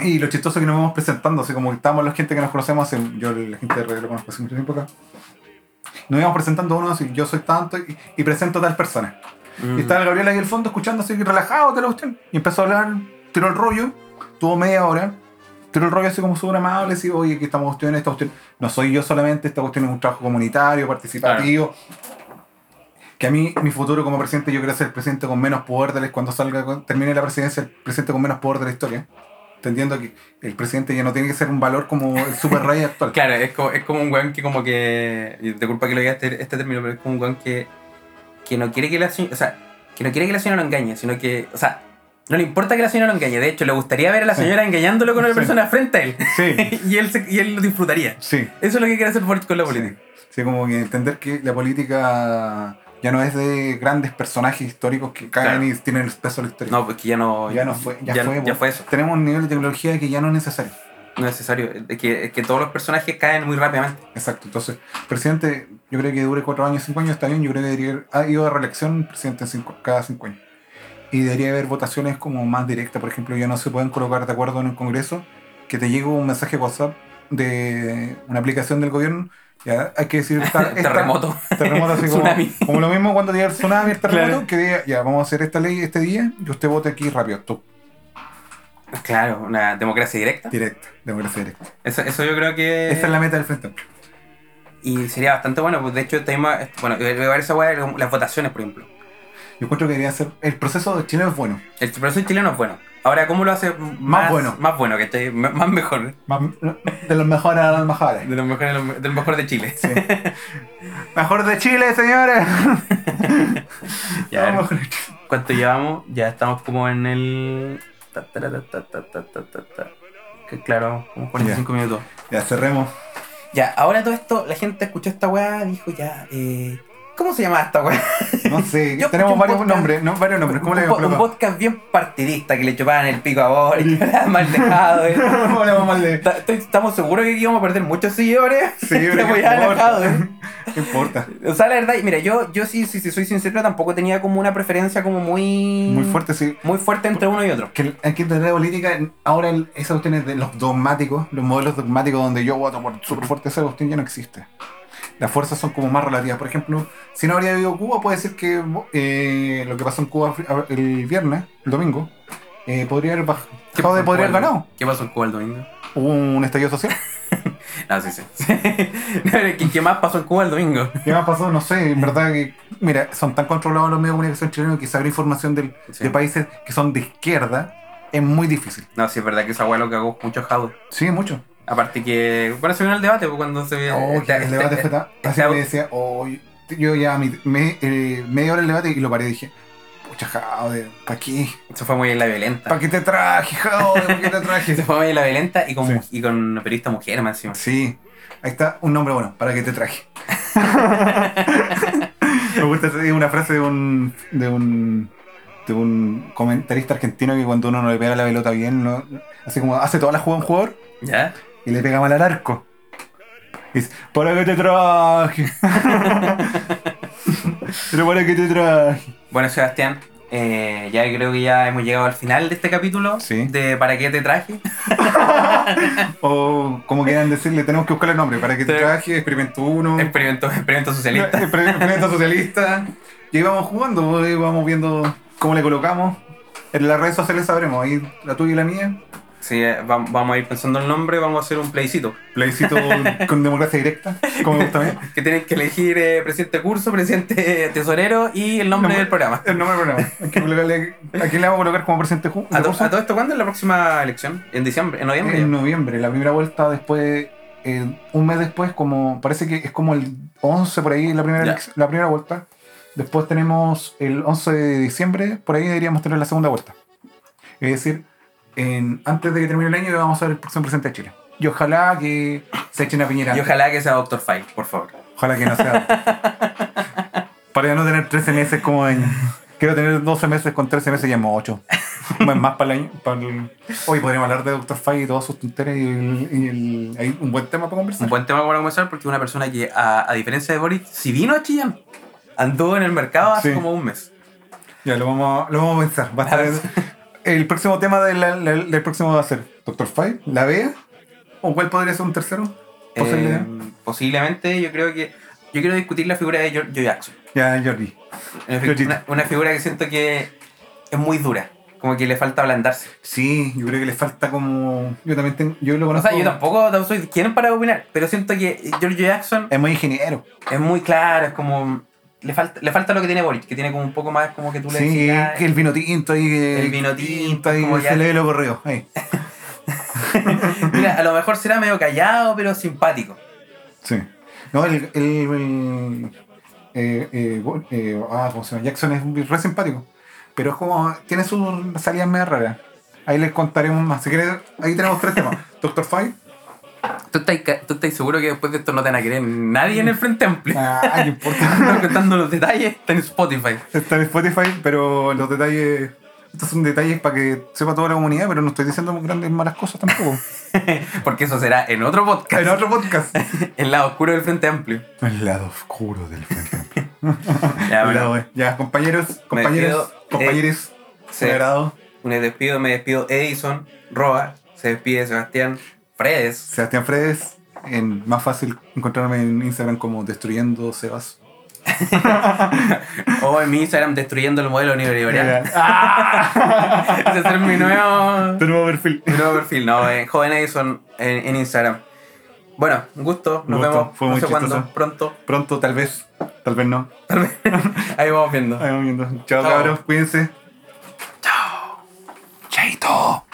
S2: Y lo chistoso que nos vamos presentando, así como que estábamos la gente que nos conocemos, hace- yo la gente de radio lo conozco hace mucho tiempo acá. Nos íbamos presentando uno, así yo soy tanto y, y presento a tal persona.
S1: Mm.
S2: Y estaba el Gabriel ahí al fondo escuchando así relajado, te la cuestión. Y empezó a hablar, tiró el rollo, tuvo media hora, tiró el rollo así como súper amable, así, oye, que estamos cuestión, esta cuestión. No soy yo solamente, esta cuestión es un trabajo comunitario, participativo. Que a mí, mi futuro como presidente, yo quiero ser el presidente con menos poder de la- cuando salga, cuando termine la presidencia, el presidente con menos poder de la historia. Entendiendo que el presidente ya no tiene que ser un valor como
S1: [LAUGHS]
S2: el super rey actual.
S1: Claro, es como, es como un weón que como que. y Disculpa que lo diga este, este término, pero es como un weón que. que no quiere que la señora. O sea, que no quiere que la señora lo engañe, sino que. O sea, no le importa que la señora lo engañe. De hecho, le gustaría ver a la
S2: Sí.
S1: señora engañándolo con una
S2: Sí.
S1: persona frente a él. [LAUGHS]
S2: Sí,
S1: y él se- y él lo disfrutaría.
S2: sí.
S1: Eso es lo que quiere hacer Boric con la
S2: Sí.
S1: política.
S2: Sí, como que entender que la política ya no es de grandes personajes históricos que caen
S1: Claro.
S2: y tienen el peso de la historia.
S1: No, pues que ya no.
S2: ya no fue, ya, fue, pues.
S1: ya
S2: bo-
S1: fue eso.
S2: Tenemos un nivel de tecnología que ya no es necesario.
S1: No es necesario. Es que, es que todos los personajes caen muy rápidamente.
S2: Exacto. Entonces, presidente, yo creo que dure cuatro años, cinco años, está bien. Yo creo que debería haber ha ido a reelección presidente en cinco- cada cinco años. Y debería haber votaciones como más directas. Por ejemplo, ya no se pueden colocar de acuerdo en el Congreso que te llegue un mensaje WhatsApp de una aplicación del gobierno. Ya hay
S1: [LAUGHS]
S2: que decir esta, esta-
S1: Terremoto.
S2: terremoto
S1: [LAUGHS]
S2: así como,
S1: Tsunami.
S2: como lo mismo cuando llega el tsunami, el terremoto,
S1: Claro.
S2: que diga, ya, vamos a hacer esta ley este día y usted vote aquí rápido, tú,
S1: Claro, una democracia directa.
S2: directa, democracia directa.
S1: Eso, eso yo creo que.
S2: Esa es la meta del Frente Amplio.
S1: eh, Y sería bastante bueno, pues de hecho, este tema, bueno, yo voy a ver esa weá de las votaciones, por ejemplo.
S2: Yo encuentro que debería ser. El proceso chileno es bueno.
S1: El proceso chileno es bueno. Ahora, ¿cómo lo hace más
S2: bueno.
S1: Más bueno, que esté m- más mejor.
S2: Más- De los mejores a los mejores.
S1: De los mejores, de los- del mejor de Chile.
S2: Sí. [LAUGHS] Mejor de Chile, señores.
S1: [LAUGHS] Ya, a ver,
S2: Mejor de Chile.
S1: ¿Cuánto llevamos? Ya estamos como en el. ta, ta, ta, ta, ta, ta, ta, ta, ta. Que claro, como 45 minutos.
S2: Ya cerremos.
S1: Ya, ahora todo esto, la gente escuchó esta weá, dijo ya, eh, ¿cómo se llama esta weá?
S2: No sé,
S1: [LAUGHS] Yo escuché
S2: tenemos
S1: un
S2: varios
S1: podcast-
S2: nombres, ¿no? Varios nombres. ¿Cómo le
S1: un, po- un
S2: llamamos?
S1: podcast bien partidista que le chupaban el pico a Boris, que era [LAUGHS] mal dejado. eh.
S2: [LAUGHS] ¿Cómo le llamamos al de-
S1: Ta- estoy- Estamos seguros que aquí íbamos a perder muchos seguidores. [LAUGHS]
S2: Sí, pero
S1: Que
S2: ¿qué
S1: apoyaban a
S2: importa?
S1: Jado, [LAUGHS] eh.
S2: ¿Qué importa?
S1: O sea, la verdad, y mira, yo, yo sí, sí, sí, soy sincero, tampoco tenía como una preferencia como muy...
S2: Muy fuerte, sí.
S1: Muy fuerte entre uno y otro.
S2: Que el- hay que entender la política, ahora el- esa cuestión es de los dogmáticos, los modelos dogmáticos donde yo voto por súper fuerte esa cuestión ya no existe. Las fuerzas son como más relativas. Por ejemplo, si no habría habido Cuba, puede ser que eh, lo que pasó en Cuba el viernes, el domingo, eh, podría haber baj- bajado de podría haber ganado.
S1: ¿Qué pasó en Cuba el domingo?
S2: Hubo un estallido social.
S1: No, Ah, sí, [LAUGHS] sí. No, pero ¿Qué, qué más pasó en Cuba el domingo?
S2: ¿Qué más pasó? No sé, en verdad que, mira, son tan controlados los medios de comunicación chilenos que saber información del-
S1: Sí.
S2: de países que son de izquierda es muy difícil.
S1: No, sí, es verdad que esa weá lo cagó mucho Jado.
S2: Sí, mucho.
S1: Aparte que, bueno, se vino el debate pues, cuando se vio
S2: Oh,
S1: este-
S2: el
S1: este-
S2: debate fue tan- así
S1: este-
S2: me decía, oh, yo- yo ya a mi- me- eh, media hora el debate y lo paré y dije, pucha, Jaude, ¿para qué?
S1: [LAUGHS] se fue muy en la violenta.
S2: ¿Para qué te traje, Jaude? ¿Para qué te
S1: Se [LAUGHS]
S2: traje?
S1: fue muy en la violenta y con, y con una periodista mujer más encima.
S2: Sí, ahí está un nombre bueno, ¿para qué te traje? me gusta esa- es una frase de un, de un de un comentarista argentino que cuando uno no le pega la pelota bien, no, así como hace toda la jugada a un jugador
S1: ¿Ya?
S2: y le pega mal al arco. Y dice, ¿para qué
S1: [LAUGHS]
S2: te traje? Pero ¿para qué te traje?
S1: Bueno, Sebastián, eh, ya creo que ya hemos llegado al final de este capítulo.
S2: Sí.
S1: De ¿Para qué te
S2: [LAUGHS]
S1: traje?
S2: O como quieran decirle, tenemos que buscar el nombre. ¿Para qué te
S1: Sí.
S2: traje? Experimento 1.
S1: Experimento, experimento socialista.
S2: [LAUGHS] Experimento socialista. Y ahí vamos jugando, pues, ahí vamos viendo cómo le colocamos. En las redes sociales sabremos, ahí la tuya y la mía.
S1: Sí, eh, vam- vamos a ir pensando el nombre, vamos a hacer un plebiscito. [LAUGHS]
S2: Plebiscito con democracia directa, como me gusta a mí.
S1: Que tienen que elegir eh, presidente curso, presidente eh, tesorero y el nombre
S2: Nombre.
S1: del programa.
S2: El nombre del programa. Hay que colocarle- ¿A quién le vamos a colocar como presidente ju-
S1: ¿A,
S2: de
S1: to-
S2: curso?
S1: a todo esto cuándo es la próxima elección? ¿En diciembre? ¿En noviembre?
S2: pues, En noviembre, la primera vuelta después, eh, un mes después, como parece que es como el 11 por ahí, la primera,
S1: Ya.
S2: elec- la primera vuelta. Después tenemos el 11 de diciembre, por ahí deberíamos tener la segunda vuelta. Es decir, en- antes de que termine el año vamos a ver el próximo presidente de Chile. Y ojalá que se echen a Piñera.
S1: Y
S2: antes.
S1: ojalá que sea Doctor File, por favor.
S2: Ojalá que no sea.
S1: [LAUGHS]
S2: para no tener 13 meses como año. Quiero tener 12 meses con 13 meses y llamo
S1: [LAUGHS]
S2: 8. más para el año. para el- Hoy podríamos hablar de Dr. Fay y todas sus tonteras y, el- y el- hay un buen tema para
S1: Un
S2: conversar.
S1: buen tema para conversar porque una persona que, a, a diferencia de Boris, si vino a Chillán, anduvo en el mercado hace
S2: Sí.
S1: como un mes.
S2: Ya, lo vamos, a- lo vamos a pensar. Va a estar
S1: Ah,
S2: el, el próximo tema de la- la- del próximo va a ser Dr. Fay, la BEA. ¿O cuál podría ser un tercero? Posibilidad.
S1: Eh, posiblemente, yo creo que. Yo quiero discutir la figura de George Jackson.
S2: ya, Jordi.
S1: Una, fi-
S2: Georgito.
S1: una- una figura que siento que es muy dura. Como que le falta ablandarse.
S2: Sí, yo creo que le falta como. Yo también tengo. Yo lo
S1: O
S2: conozco.
S1: sea, yo tampoco no soy quien para opinar, pero siento que George Jackson
S2: Es muy ingeniero.
S1: es muy claro, es como. Le falta, le falta lo que tiene Boris, que tiene como un poco más como que tú le
S2: Sí,
S1: decís, ah,
S2: que el vino tinto ahí. que-
S1: El vino tinto,
S2: ahí.
S1: como
S2: Se
S1: ya-
S2: lee lo correo. Ahí.
S1: Mira, a lo mejor será medio callado, pero simpático.
S2: Sí. No, el. el, el- eh, eh, Bo- eh, ah, ¿cómo se llama? Jackson es un- re simpático. Pero es como. Tiene sus salidas medio raras. Ahí les contaremos más. Si quieres, ahí tenemos
S1: [LAUGHS]
S2: tres temas. Doctor Fight.
S1: ¿Tú estás, ca- tú estás seguro que después de esto no te van a querer nadie en el Frente [LAUGHS] Amplio?
S2: Ah, no importa.
S1: Estamos contando los detalles, está en Spotify.
S2: Está en Spotify, pero los detalles. Estos son detalles para que sepa toda la comunidad, pero no estoy diciendo grandes malas cosas tampoco.
S1: [LAUGHS] Porque eso será en otro podcast,
S2: En
S1: [LAUGHS]
S2: otro podcast.
S1: el lado oscuro del Frente Amplio.
S2: El lado oscuro del frente.
S1: Ya,
S2: Ya,
S1: bueno,
S2: bueno. Ya, compañeros,
S1: Me
S2: compañeros,
S1: despido. Eh,
S2: compañeros,
S1: sí.
S2: un agrado.
S1: me despido, me despido Edison, Roa, se despide Sebastián, Fredes.
S2: Sebastián Fredes, en, más fácil encontrarme en Instagram como Destruyendo Sebas.
S1: O Oh, en mi Instagram destruyendo el modelo neoliberal.
S2: ¡Ah!
S1: [LAUGHS] Ese es mi nuevo,
S2: Tu nuevo perfil.
S1: mi nuevo perfil, no, eh, joven Edison en, en Instagram. Bueno, un gusto, nos
S2: Un gusto,
S1: vemos
S2: fue
S1: no
S2: muy
S1: sé cuándo,
S2: chistoso.
S1: pronto.
S2: Pronto, tal vez. Tal vez no.
S1: Ahí vamos viendo.
S2: Ahí vamos viendo.
S1: Chao.
S2: Chao, cabros. Cuídense.
S1: Chaito.